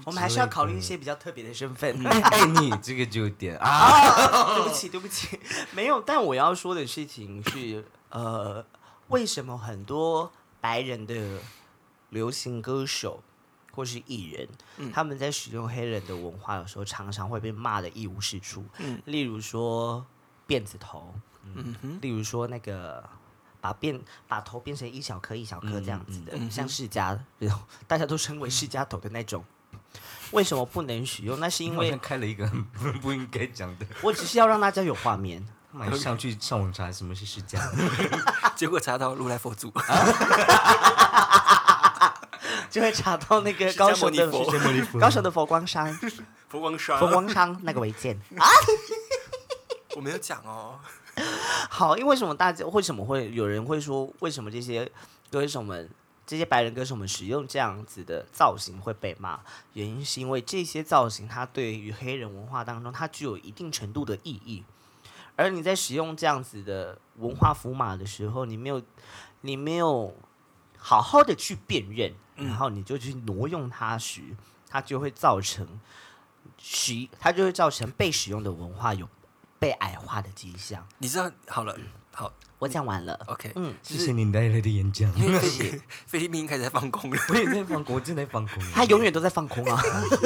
Speaker 1: 我们还是要考虑一些比较特别的身份。
Speaker 2: 嗯
Speaker 3: 哎哎，你这个就有
Speaker 2: (laughs)
Speaker 3: 点啊，
Speaker 1: 对不起，对不起， (laughs) 没有。但我要说的事情是，呃，为什么很多白人的流行歌手或是艺人，
Speaker 2: 嗯
Speaker 1: 他们在使用黑人的文化的时候，常常会被骂的一无是处。
Speaker 2: 嗯
Speaker 1: 例如说辫子头，
Speaker 2: 嗯 (laughs) 哼，
Speaker 1: 例如说那个把辫把头变成一小颗一小颗这样子的，
Speaker 2: 嗯嗯
Speaker 1: 像世家，然后 (laughs) 大家都称为世家头的那种。为什么不能使用？那是
Speaker 2: (laughs)
Speaker 1: 因
Speaker 3: 好像
Speaker 1: 为
Speaker 3: 开了一个 (laughs) 很不应该讲的。
Speaker 1: 我只是要让大家有画面。
Speaker 3: 马上去上网查什么是世家，
Speaker 2: 结果查到如来佛祖。
Speaker 1: 就会查到那个高手的
Speaker 2: 释迦牟尼佛
Speaker 1: 释迦牟尼
Speaker 3: (laughs)
Speaker 1: 佛高手的佛光山、
Speaker 2: (laughs) 佛光山啊
Speaker 1: 佛光山那个违建。
Speaker 2: (laughs) 我没有讲哦。
Speaker 1: (laughs) 好，因为什么大家为什么会有人会说为什么这些歌手们这些白人歌手们使用这样子的造型会被骂？原因是因为这些造型它对于黑人文化当中它具有一定程度的意义，而你在使用这样子的文化符码的时候，你没有，你没有好好的去辨认，然后你就去挪用它时，它就会造成使，它就会造成被使用的文化有被矮化的迹象。
Speaker 2: 你知道好了，好
Speaker 1: 我讲完了，
Speaker 2: ，OK，
Speaker 1: 嗯，
Speaker 3: 谢谢你带来的演讲。
Speaker 2: 因为菲律菲律宾开始在放空了，
Speaker 3: (laughs) 我也在放空，我正在放空。
Speaker 1: (laughs) 他永远都在放空啊。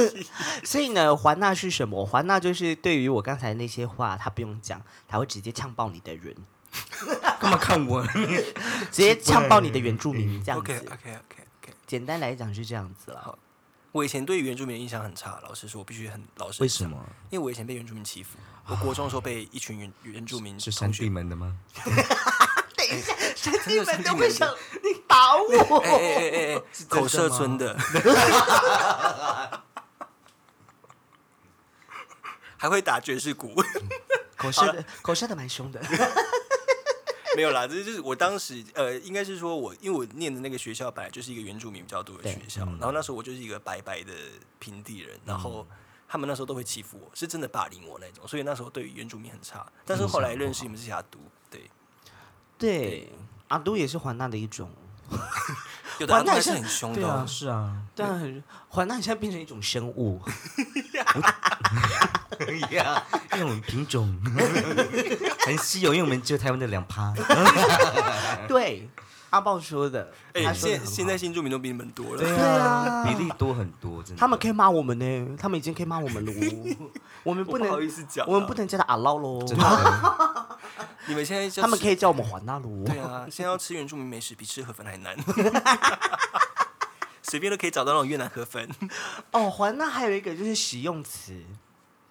Speaker 1: (laughs) 所以呢，环纳是什么？环纳就是对于我刚才那些话，他不用讲，他会直接呛爆你的人，
Speaker 3: 干嘛看我？
Speaker 1: 直接呛爆你的原住民这样
Speaker 2: OK
Speaker 1: 子。
Speaker 2: OK OK OK。
Speaker 1: 简单来讲是这样子了。
Speaker 2: 我以前对原住民的印象很差，老实说，我必须很老实。
Speaker 3: (laughs) 为什？么？啊
Speaker 2: 因为我以前被原住民欺负，我国中的时候被一群原原住民
Speaker 3: 是山
Speaker 2: 同学
Speaker 3: 地门的吗？
Speaker 1: (laughs) 等一下，哎神经门
Speaker 2: 真的神经
Speaker 1: 都
Speaker 2: 门
Speaker 1: 会想你 (laughs) 打
Speaker 2: 哎
Speaker 1: 我。
Speaker 2: 哎 (laughs) 哎哎，口社村的， (laughs) 还会打爵士鼓，
Speaker 1: 口舌的，口舌的蛮凶的。
Speaker 2: (laughs) 没有啦，这就是我当时呃，应该是说我因为我念的那个学校本来就是一个原住民比较多的学校，然后那时候我就是一个白白的平地人，然后。他们那时候都会欺负我，是真的霸凌我那种，所以那时候对于原住民很差。但是后来认识你们是雅都，对，
Speaker 1: (laughs) 对，阿都也是环纳的一种。
Speaker 2: 有的阿
Speaker 1: 哇
Speaker 2: 都
Speaker 1: 那
Speaker 2: 还
Speaker 1: 也
Speaker 2: 是
Speaker 1: 是
Speaker 2: 很凶
Speaker 3: 对
Speaker 2: 的哦、
Speaker 3: 啊，是啊。
Speaker 1: 但很环纳现在变成一种生 (laughs) 物，
Speaker 3: 哎因为我们品种很稀有，因为我们只有台湾的两趴。
Speaker 1: 对阿豹说的，
Speaker 2: 哎、
Speaker 1: 他说的
Speaker 2: 现
Speaker 1: 很
Speaker 2: 现
Speaker 1: 好
Speaker 2: 在新住民都比你们多了。
Speaker 1: 啊
Speaker 3: 比例多很多，
Speaker 2: 嗯
Speaker 3: 真的。
Speaker 1: 他们可以骂我们呢，他们已经可以骂我
Speaker 2: (laughs)
Speaker 1: 们了，我们
Speaker 2: 我
Speaker 1: 能
Speaker 2: 不好意思讲啊
Speaker 1: 我们不能叫他阿捞喽，
Speaker 3: 真的，
Speaker 2: 你们现在
Speaker 1: 他们可
Speaker 2: 以
Speaker 1: 以叫我们环大喽。
Speaker 2: 对啊，现在要吃原住民美食比吃河粉还
Speaker 1: (laughs)
Speaker 2: 难， (laughs) 随便都可以找到那种越南河粉。
Speaker 1: 哦，环那还有一个就是使用词，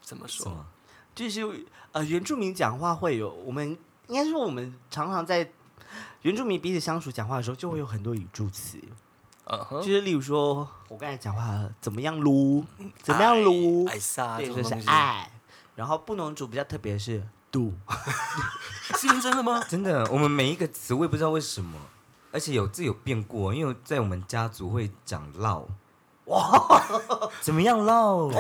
Speaker 2: 怎么
Speaker 3: 什
Speaker 2: 说
Speaker 3: 么？
Speaker 1: 就是呃原住民讲话会有我们应该说我们常常在原住民彼此相处讲话的时候就会有很多语助词，
Speaker 2: 嗯
Speaker 1: 就
Speaker 2: 哼，
Speaker 1: 是例如说我刚才讲话怎么样撸，
Speaker 2: 嗯
Speaker 1: 怎么样撸，
Speaker 2: 爱撒
Speaker 1: 对，
Speaker 2: 哎这种
Speaker 1: 就是
Speaker 2: 东西，
Speaker 1: 爱，然后布农族比较特别的是度，
Speaker 2: 是认真的吗？
Speaker 3: 真的，我们每一个词我也不知道为什么，而且有字有变过，因为在我们家族会讲唠，哇，怎么
Speaker 2: (laughs)
Speaker 3: 样唠？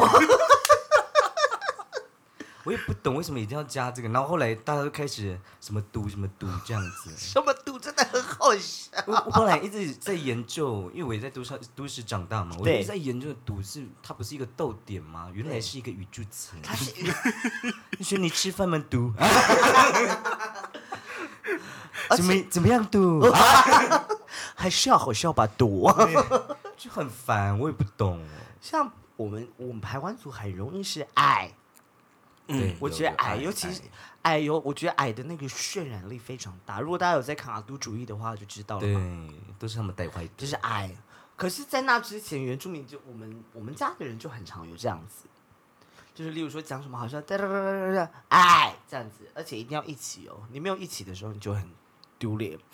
Speaker 3: 我也不懂为什么一定要加这个，然后后来大家都开始什么读什么读这样子，
Speaker 1: 什么度真的很好笑。
Speaker 3: 我我后来一直在研究，因为我也在都市都市长大嘛，我
Speaker 1: 对
Speaker 3: 一直在研究“赌”是它不是一个逗点吗？原来是一个语助词。
Speaker 1: 它是
Speaker 3: 你说你吃饭吗？赌？怎么怎么样赌？
Speaker 1: 哦
Speaker 3: 啊
Speaker 1: 还是要好笑吧，度。
Speaker 3: 就很烦，我也不懂。
Speaker 1: 像我们我们排湾族很容易是矮，
Speaker 3: 对
Speaker 2: 嗯，
Speaker 1: 我觉得矮，尤其是矮有，我觉得矮的那个渲染力非常大。如果大家有在看阿都主义的话，就知道了
Speaker 3: 对
Speaker 1: 嘛，，
Speaker 3: 都是他们带坏的。
Speaker 1: 就是矮。可是，在那之前，原住民就我们我们家的人就很常有这样子，就是例如说讲什么好像哒哒哒哒哒哒矮这样子，而且一定要一起哦，你没有一起的时候，你就很丢脸。 (laughs)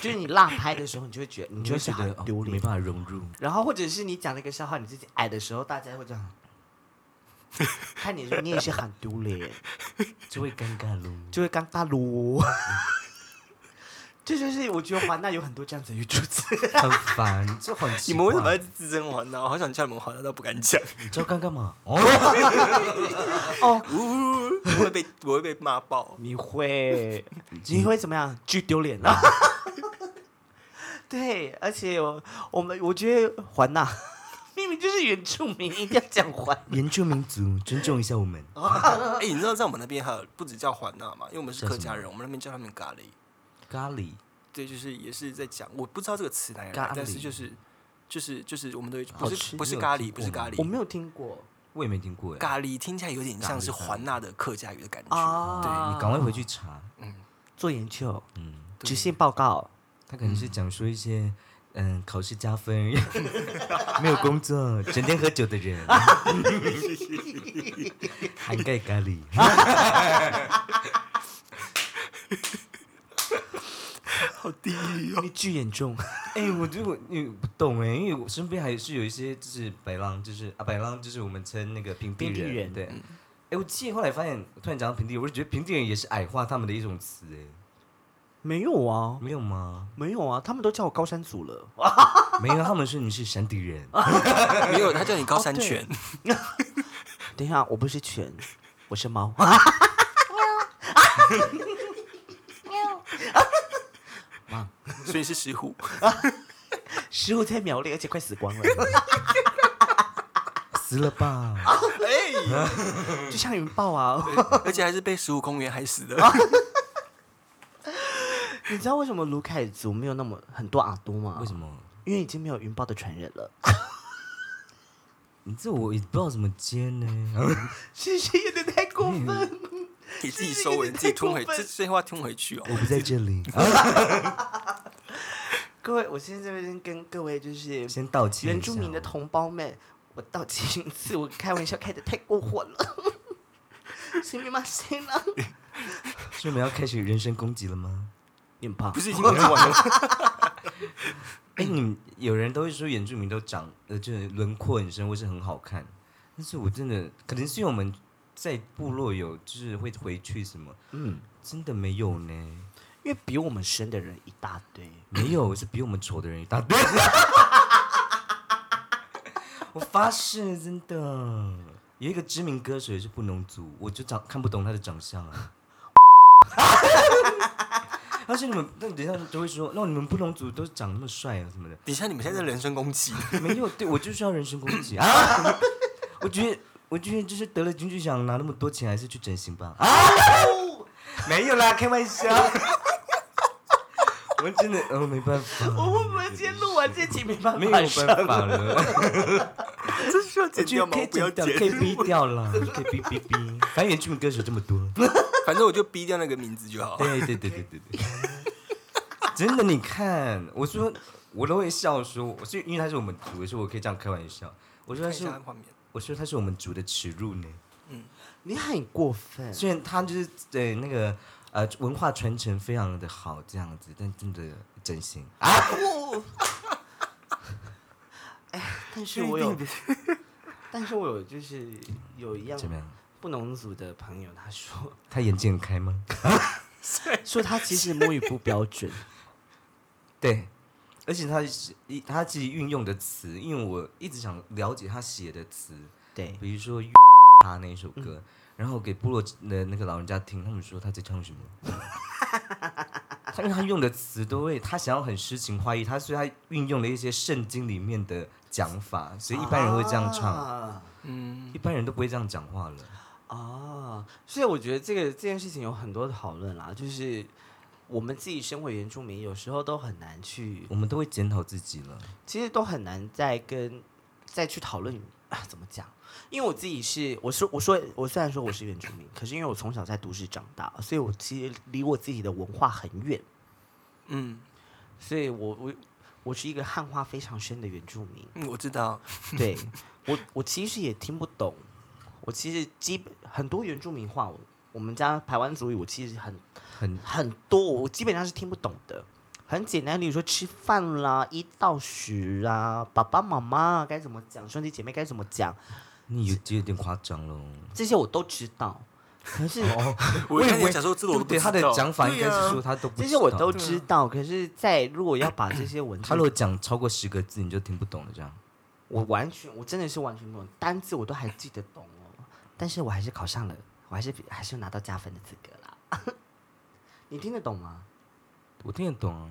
Speaker 1: 就是你落拍的时候，你就会觉得你
Speaker 3: 你
Speaker 1: 就
Speaker 3: 就
Speaker 1: 会觉
Speaker 3: 会觉
Speaker 1: 得
Speaker 3: 得
Speaker 1: 很
Speaker 3: 哦
Speaker 1: 丢
Speaker 3: 没
Speaker 1: 脸。
Speaker 3: 办法融入。
Speaker 1: 然后或者是你讲那个笑话，你自己矮的时候，大家会这
Speaker 2: (laughs)
Speaker 1: 样看你的时候，你也是很丢脸，
Speaker 3: 就会尴尬
Speaker 1: (laughs)
Speaker 3: 喽。
Speaker 1: 就会尴尬咯。 (laughs) 这就是我觉得华纳有很多这样子的语助词，
Speaker 3: 很烦，就很奇
Speaker 2: 你
Speaker 3: 怪
Speaker 2: 们为什么要自称环呢？我好想叫你们环呢，但不敢讲，
Speaker 3: 你知道尴尬吗？
Speaker 1: (laughs)
Speaker 3: 哦，
Speaker 2: 呜，我会被我会被骂
Speaker 1: (laughs)
Speaker 2: 爆。
Speaker 1: 你会
Speaker 2: 嗯
Speaker 1: 你会怎么样？巨丢脸了。 (laughs) 对，而且我我们我觉得华纳 (laughs) 明明就是原住民，一定要讲华
Speaker 3: 原住民族尊重一下我们。
Speaker 2: 哎，你知道在我们那边还有不止叫环娜嘛？因为我们是
Speaker 3: 叫
Speaker 2: 客
Speaker 3: 什
Speaker 2: 家
Speaker 3: 么
Speaker 2: 人，我们那边叫他们咖喱。
Speaker 3: 咖喱，
Speaker 2: 对，就是也是在讲，我不知道这个词哪里
Speaker 3: 咖
Speaker 2: 来
Speaker 3: 喱，
Speaker 2: 但是就是就是就是我们都会不
Speaker 3: 好
Speaker 2: 是
Speaker 3: 吃
Speaker 2: 不是
Speaker 3: 你有
Speaker 2: 咖
Speaker 3: 听
Speaker 2: 喱，不
Speaker 3: 过
Speaker 2: 是
Speaker 3: 吗
Speaker 2: 咖
Speaker 1: 我
Speaker 2: 喱，
Speaker 1: 没有听过
Speaker 3: 我也没听过耶。
Speaker 2: 咖喱听起来有点像是
Speaker 3: 咖喱哦
Speaker 2: 环娜的客家语的感觉。对，
Speaker 1: 啊。
Speaker 3: 你赶快回去查。
Speaker 1: 做研究，
Speaker 3: 嗯。
Speaker 2: 对
Speaker 1: 直线报告。
Speaker 3: 他可能是讲说一些，嗯，考试加
Speaker 1: (laughs)
Speaker 3: 分，没有工作，整天喝酒的人， (laughs) 涵盖咖喱。
Speaker 1: (laughs)
Speaker 2: 好地狱哦！
Speaker 1: 你巨严重，
Speaker 3: 哎、我觉得我因为我不懂哎、因为我身边还是有一些就是白浪，就是啊白浪，就是我们称那个平地
Speaker 1: 平地
Speaker 3: 人，
Speaker 1: 人嗯
Speaker 3: 对。哎、我记得后来发现，突然讲到平地人，我就觉得平地人也是矮化他们的一种词哎，
Speaker 1: 没有啊，
Speaker 3: 没有吗？
Speaker 1: (laughs) 没有啊，他们都叫我高山族了。
Speaker 3: 没有，他们说你是山地
Speaker 1: (laughs)
Speaker 3: 人，
Speaker 2: 没有，他叫你高山
Speaker 1: 对
Speaker 2: 犬，
Speaker 1: (laughs) 等一下，我不是犬，我是猫。
Speaker 2: (laughs) 所以是石虎。
Speaker 1: 食物在苗栗，而且快死光
Speaker 3: (laughs)
Speaker 1: 了，
Speaker 3: 死了吧？
Speaker 2: 哎，
Speaker 1: 就像云豹啊。 (laughs)
Speaker 2: 而且还是被石虎公园害死的。 (laughs)
Speaker 1: 你知道为什么卢凯族没有那么很多阿都吗？
Speaker 3: 为什？么？
Speaker 1: 因为已经没有云豹的传人了。 (laughs)
Speaker 3: 你这我也不知道怎么接呢。
Speaker 1: 其实有点太过分了。
Speaker 3: (laughs)
Speaker 2: 你自己收尾，你自己吞回，
Speaker 1: 这个太
Speaker 2: 这
Speaker 1: 过分
Speaker 2: 这话吞回去哦。
Speaker 3: 我不在这里，
Speaker 1: 各位，我现在这边跟各位就是
Speaker 3: 先道歉一下。
Speaker 1: 原住民的同胞们，我道歉一次，我开玩笑开的太过火了。
Speaker 3: (laughs)
Speaker 1: (laughs) 行密吗？行了，
Speaker 3: 所以我们要开始人身攻击了吗？
Speaker 1: 你很胖
Speaker 2: 不，是已经完了
Speaker 3: (laughs)
Speaker 2: 吗？
Speaker 3: 哎、你们有人都会说原住民都长呃，就是轮廓很深，或是很好看。但是我真的，可能是因为我们在部落有，就是会回去什么，
Speaker 1: 嗯，
Speaker 3: 真的没有呢。
Speaker 1: 因为比我们生的人一大堆，
Speaker 3: 没有，是比我们丑的人一大堆。我发誓，真的。有一个知名歌手也是布农族，我就长看不懂他的长相啊。而且你们，那等一下就会说，那你们布农族都长那么帅啊什么的。
Speaker 2: 等一下，你们现在在人身攻击，
Speaker 3: 没有， (laughs) 对我就是要人身攻击啊！我觉得，我觉得就是得了金曲奖拿那么多钱，还是去整形吧啊！ (laughs) 没有啦，开玩笑。我们真的，呃，没办法，
Speaker 1: (laughs) 我会不会今天录完这期没办
Speaker 3: 没有
Speaker 1: 法
Speaker 3: 办
Speaker 1: 上？ (laughs)
Speaker 3: 法了，
Speaker 2: 这需要剪掉
Speaker 3: 就
Speaker 2: 吗
Speaker 3: 可？以
Speaker 2: 我不要
Speaker 3: 剪掉，
Speaker 2: 剪
Speaker 3: 可。以逼掉啦，可以逼逼逼。反正原住民歌手这么多，
Speaker 2: (laughs) 反正我就逼掉那个名字就好。 (laughs)
Speaker 3: 对对对对对对，真的，你看，我说我都会笑说，我是因为他是我们族，所以我可以这样开玩笑。我说
Speaker 2: 看
Speaker 3: 他
Speaker 2: 一
Speaker 3: 是
Speaker 2: 下，画面，
Speaker 3: 我说他是我们族的耻辱呢。
Speaker 1: 你很过分，
Speaker 3: 虽然他就是对那个呃文化传承非常的好这样子，但真的真心啊，
Speaker 1: 哎但是我有， (laughs) 但是我有就是有一样
Speaker 3: 怎么样？
Speaker 1: 布农族的朋友，他说
Speaker 3: 他眼界很开吗？
Speaker 1: (laughs) 说他其实母语不标准，
Speaker 3: 对，而且他是一他自己运用的词，因为我一直想了解他写的词，
Speaker 1: 对，
Speaker 3: 比如说他那一首歌，然后给部落的那个老人家听，他们说他在唱什么。他因为他用的词都会，他想要很诗情画意，他所以他运用了一些圣经里面的讲法，所以一般人会这样唱，
Speaker 1: 啊
Speaker 2: 嗯，
Speaker 3: 一般人都不会这样讲话了。
Speaker 1: 啊，所以我觉得这个这件事情有很多讨论啦，就是我们自己身为原住民，有时候都很难去，
Speaker 3: 我们都会检讨自己了。
Speaker 1: 其实都很难再跟再去讨论、啊、怎么讲。因为我自己是，我说我说我虽然说我是原住民，可是因为我从小在都市长大，所以我其实离我自己的文化很远，
Speaker 2: 嗯，
Speaker 1: 所以我我我是一个汉化非常深的原住民。
Speaker 2: 嗯我知
Speaker 3: (laughs)
Speaker 2: 道。
Speaker 1: 对我，我其实也听不懂。我其实基本很多原住民话，我我们家台湾族语，我其实很
Speaker 3: 很
Speaker 1: 很多，我基本上是听不懂的。很简单，例如说吃饭啦、一到十啊、爸爸妈妈该怎么讲、兄弟姐妹该怎么讲，
Speaker 3: 你有有点夸张喽。
Speaker 1: 这些我都知道。可是
Speaker 3: 哦
Speaker 2: 我跟你讲说，这个我都不
Speaker 3: 对
Speaker 2: 知道
Speaker 3: 他的讲法应该
Speaker 2: 对
Speaker 3: 是
Speaker 2: 啊
Speaker 3: 说他都不
Speaker 1: 这
Speaker 3: 知道
Speaker 1: 些我都知道，可是，在如果要把这些文
Speaker 3: 他
Speaker 1: 字
Speaker 3: 如，果讲超过十个字，你就听不懂了。这样
Speaker 1: 我完全，我真的是完全不懂，单字我都还记得懂哦。但是我还是考上了，我还是还是有拿到加分的资格啦。 (laughs) 你听得懂吗？
Speaker 3: 我听得懂啊，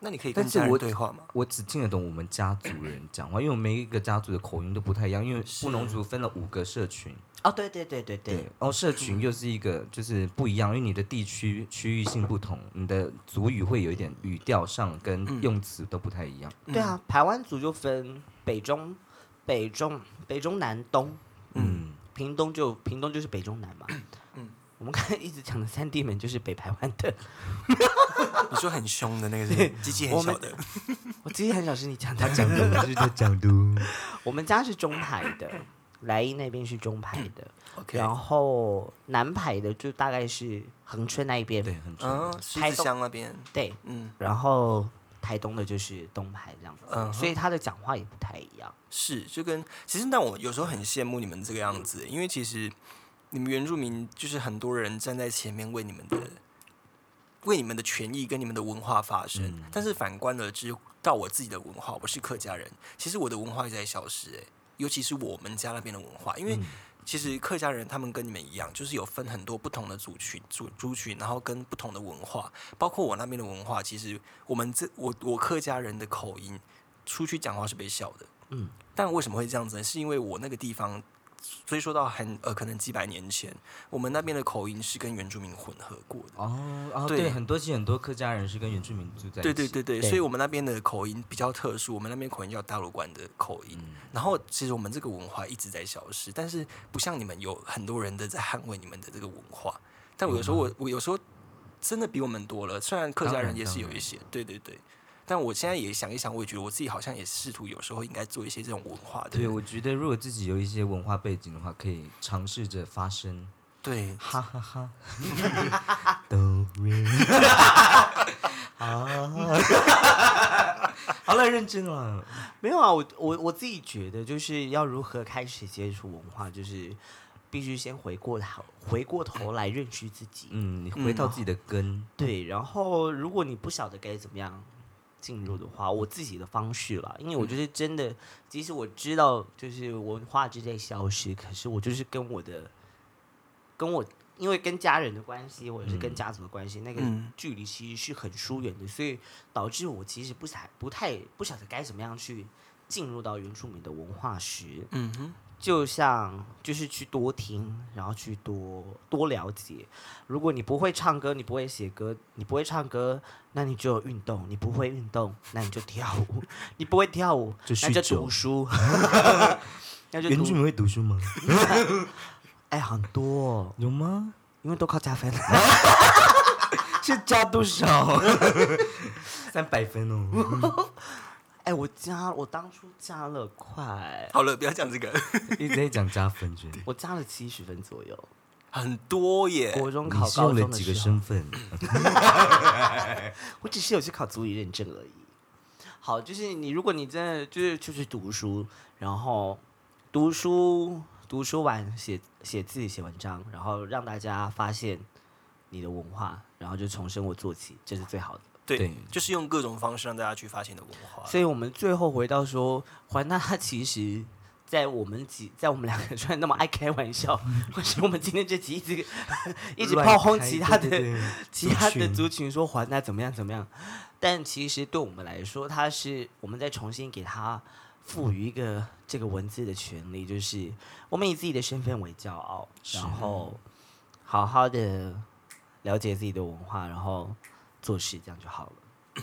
Speaker 2: 那你可以
Speaker 3: 但
Speaker 2: 跟
Speaker 3: 是
Speaker 2: 家人
Speaker 3: 我
Speaker 2: 对话吗？ (laughs)
Speaker 3: 我只听得懂我们家族人讲话，因为我们每一个家族的口音都不太一样。因为布农族分了五个社群，
Speaker 1: 哦，对对对对对，
Speaker 3: 然后社群又是一个就是不一样，因为你的地区区域性不同，你的族语会有一点语调上跟
Speaker 2: 嗯
Speaker 3: 用词都不太一样。
Speaker 1: 对啊，台湾族就分北中、北中、北中南东，
Speaker 3: 嗯，
Speaker 1: 屏东就屏东就是北中南嘛。嗯，我们刚才一直讲的三地门就是北台湾的，
Speaker 2: 你说很凶的那个是机器很小的，
Speaker 1: (laughs)
Speaker 2: (laughs)
Speaker 1: 我记得很少是你讲的。
Speaker 3: 讲的我是在讲的。
Speaker 1: (laughs) 我们家是中排的，莱茵那边是中排的然后南排的就大概是恒春那一边，
Speaker 3: (laughs) 对，很重要。
Speaker 2: 嗯，狮子乡那边，
Speaker 1: 对，
Speaker 2: 嗯，
Speaker 1: 然后台东的就是东排这样子，
Speaker 2: 嗯哼
Speaker 1: 所以他的讲话也不太一样。
Speaker 2: 是就跟其实，但我有时候很羡慕你们这个样子，因为其实你们原住民就是很多人站在前面为你们的为你们的权益跟你们的文化发声，但是反观而知，到我自己的文化，我是客家人，其实我的文化也在消失、欸，尤其是我们家那边的文化，因为其实客家人他们跟你们一样，就是有分很多不同的族群、族族群，然后跟不同的文化，包括我那边的文化。其实我们这我我客家人的口音出去讲话是被笑的，嗯。但为什么会这样子呢？是因为我那个地方追溯到很呃可能几百年前，我们那边的口音是跟原住民混合过的。
Speaker 3: 哦，哦，
Speaker 2: 对
Speaker 3: 对，很多其实很多客家人是跟原住民住在一起。
Speaker 2: 对对对对，所以我们那边的口音比较特殊，我们那边口音叫大陆关的口音。
Speaker 3: 嗯
Speaker 2: 然后其实我们这个文化一直在消失，但是不像你们有很多人的在捍卫你们的这个文化。但我有时候我
Speaker 3: 嗯
Speaker 2: 我有时候真的比我们多了，虽然客家人也是有一
Speaker 3: 嗯
Speaker 2: 些，对对对。但我现在也想一想，我也觉得我自己好像也试图有时候应该做一些这种文化的
Speaker 3: 对，我觉得如果自己有一些文化背景的话，可以尝试着发声，
Speaker 2: 对
Speaker 3: 哈哈哈，都瑞， (laughs)
Speaker 1: (laughs)
Speaker 3: 啊，好了，认真了，
Speaker 1: 没有啊，我我我自己觉得就是要如何开始接触文化，就是必须先回过头回过头来认识自己。
Speaker 3: 嗯，你回到自己的根，
Speaker 1: 对，然后如果你不晓得该怎么样进入的话，我自己的方式啦，因为我就是真的，即使我知道就是文化正在消失，可是我就是跟我的，跟我因为跟家人的关系，或者是跟家族的关系，那个
Speaker 2: 嗯
Speaker 1: 距离其实是很疏远的，所以导致我其实不太不太不晓得该怎么样去进入到原住民的文化史。
Speaker 2: 嗯哼，
Speaker 1: 就像就是去多听，然后去多多了解。如果你不会唱歌，你不会写歌，你不会唱歌，那你就运动；你不会运动，那你就跳舞；
Speaker 3: (laughs)
Speaker 1: 你不会跳舞，
Speaker 3: 就
Speaker 1: 那就
Speaker 3: 酗
Speaker 1: 读
Speaker 3: 酒。 (laughs)
Speaker 1: 书。那就
Speaker 3: 原住
Speaker 1: 读
Speaker 3: 民会读书吗？
Speaker 1: 哎，很多、哦，
Speaker 3: 有吗？
Speaker 1: 因为都靠加分。
Speaker 3: (laughs) 是加多少？三百
Speaker 1: (laughs)
Speaker 3: 分哦。
Speaker 1: 哎，我加，我当初加了快，
Speaker 2: 好了，不要讲这个， (laughs)
Speaker 3: 一直在讲加分，觉得
Speaker 1: 我加了七十分左右。
Speaker 2: 很多耶。
Speaker 1: 国中
Speaker 3: 哎你
Speaker 1: 考
Speaker 3: 是
Speaker 1: 高
Speaker 3: 用了
Speaker 1: 中的
Speaker 3: 几个
Speaker 1: 时候，
Speaker 3: 身份？
Speaker 1: 我只是有去考足以认证而已。好，就是你，如果你真的就是就是读书，然后读书读书完写写字写文章，然后让大家发现你的文化，然后就从生活做起，这是最好的。
Speaker 2: 对，
Speaker 3: 对
Speaker 2: 就是用各种方式让大家去发现你的文化。
Speaker 1: 所以我们最后回到说，环娜她其实。在我们几， (laughs) 在我们两个居然那么爱开玩 (laughs) 笑，或是我们今天这集一直 (laughs) 一直炮轰其他的
Speaker 3: 乱开对对对
Speaker 1: 其他
Speaker 3: 族
Speaker 1: 的
Speaker 3: 群
Speaker 1: 族群说还他怎么样怎么样，但其实对我们来说，它是我们再重新给他赋予一个这个文字的权利，就是我们以自己的身份为骄傲，然后好好的了解自己的文化，然后做事，这样就好了。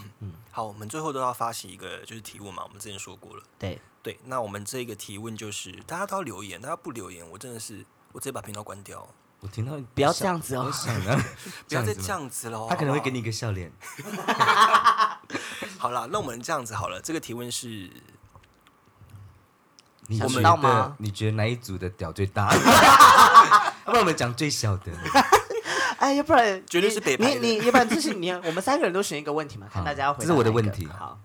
Speaker 2: 好，我们最后都要发起一个就是提问嘛，我们之前说过了。
Speaker 1: 对，
Speaker 2: 对，那我们这个提问就是大家都要留言，大家不留言，我真的是我直接把频道关掉，
Speaker 3: 我听到
Speaker 1: 不要这样子哦
Speaker 3: 我。想啊，
Speaker 2: 不要再这
Speaker 3: 子吗。
Speaker 2: 样子喽。
Speaker 3: (laughs) 他可能
Speaker 2: 好
Speaker 3: 会
Speaker 2: 不好
Speaker 3: 给你一个笑脸。
Speaker 2: 好啦，那我们这样子好了，这个提问是
Speaker 3: 你
Speaker 1: 想
Speaker 3: 觉
Speaker 1: 知道吗
Speaker 3: 得你觉得哪一组的屌最
Speaker 1: (laughs)
Speaker 3: 大？要不然我们讲最小的。
Speaker 1: 哎，要不然
Speaker 2: 绝对
Speaker 1: 你
Speaker 2: 是北派的
Speaker 1: 你你，要不然就是你，我们三个人都选一个问题嘛，看
Speaker 3: 好
Speaker 1: 大家要回答
Speaker 3: 这是我的
Speaker 1: 哪一个
Speaker 3: 问题
Speaker 1: 好，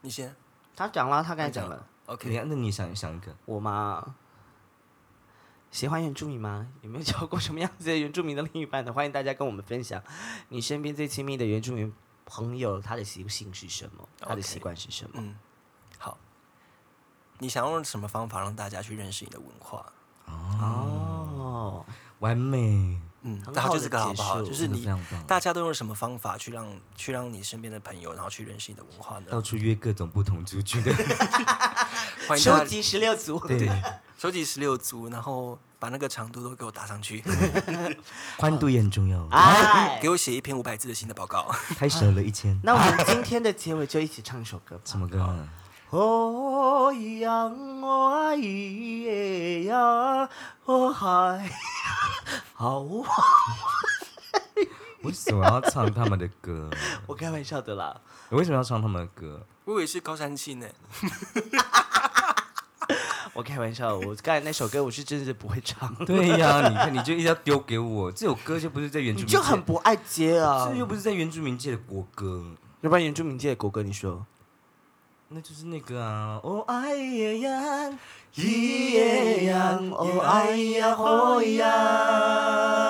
Speaker 2: 你先
Speaker 1: 他讲了，他刚才讲了。
Speaker 2: ，OK，
Speaker 3: 你看，那你想想一个，
Speaker 1: 我嘛，喜欢原住民吗？有没有交过什么样子的原住民的另一半的？欢迎大家跟我们分享你身边最亲密的原住民朋友，他的习性是什么？他的
Speaker 2: OK
Speaker 1: 习惯是什么
Speaker 2: 嗯，好，你想用什么方法让大家去认识你的文化？
Speaker 1: 哦，
Speaker 3: 完美，
Speaker 2: 嗯，
Speaker 1: 很
Speaker 2: 那
Speaker 1: 好
Speaker 2: 就
Speaker 1: 的
Speaker 2: 这个好
Speaker 1: 结
Speaker 2: 不好？
Speaker 1: 束
Speaker 2: 就是
Speaker 3: 真的非
Speaker 2: 你
Speaker 3: 常棒。
Speaker 2: 大家都用什么方法去让去让你身边的朋友，然后去认识你的文化
Speaker 3: 到
Speaker 2: 呢？
Speaker 3: 处约各种不同族群的，
Speaker 1: (laughs)
Speaker 2: 欢迎大
Speaker 1: 收
Speaker 2: 家
Speaker 1: 集十六组，
Speaker 3: 对，
Speaker 2: 收集十六组，然后把那个长度都给我打上
Speaker 3: (laughs)
Speaker 2: 去，
Speaker 3: 宽度也很重要。
Speaker 1: (laughs)
Speaker 2: (laughs)
Speaker 1: 哎
Speaker 2: 给，我写一篇五百字的新的报告。 (laughs)
Speaker 3: 太少了一千，
Speaker 1: 那我们今天的结尾就一起唱一首歌吧。
Speaker 3: 什么歌啊？
Speaker 1: 哦，阳我一夜呀，我还 (laughs) 好
Speaker 3: 为什么要唱他们的歌？
Speaker 1: 我开玩笑的啦。
Speaker 3: 我为什么要唱他们的歌？
Speaker 2: 我以为是高山气呢。
Speaker 1: 我开玩笑，我刚才那首歌我是真的不会唱，
Speaker 3: 对
Speaker 1: (laughs)
Speaker 3: 呀，你看，你就一直要丢给我，这首歌就不是在原住
Speaker 1: 你
Speaker 3: 民界，
Speaker 1: 就很不爱接啊
Speaker 3: 这。又不是在原住民界的国歌，
Speaker 1: 要不然原住民界的国歌，你说？
Speaker 3: 那就是那个啊，哦，爱也呀，
Speaker 1: 哦咿耶呀哦哎呀吼呀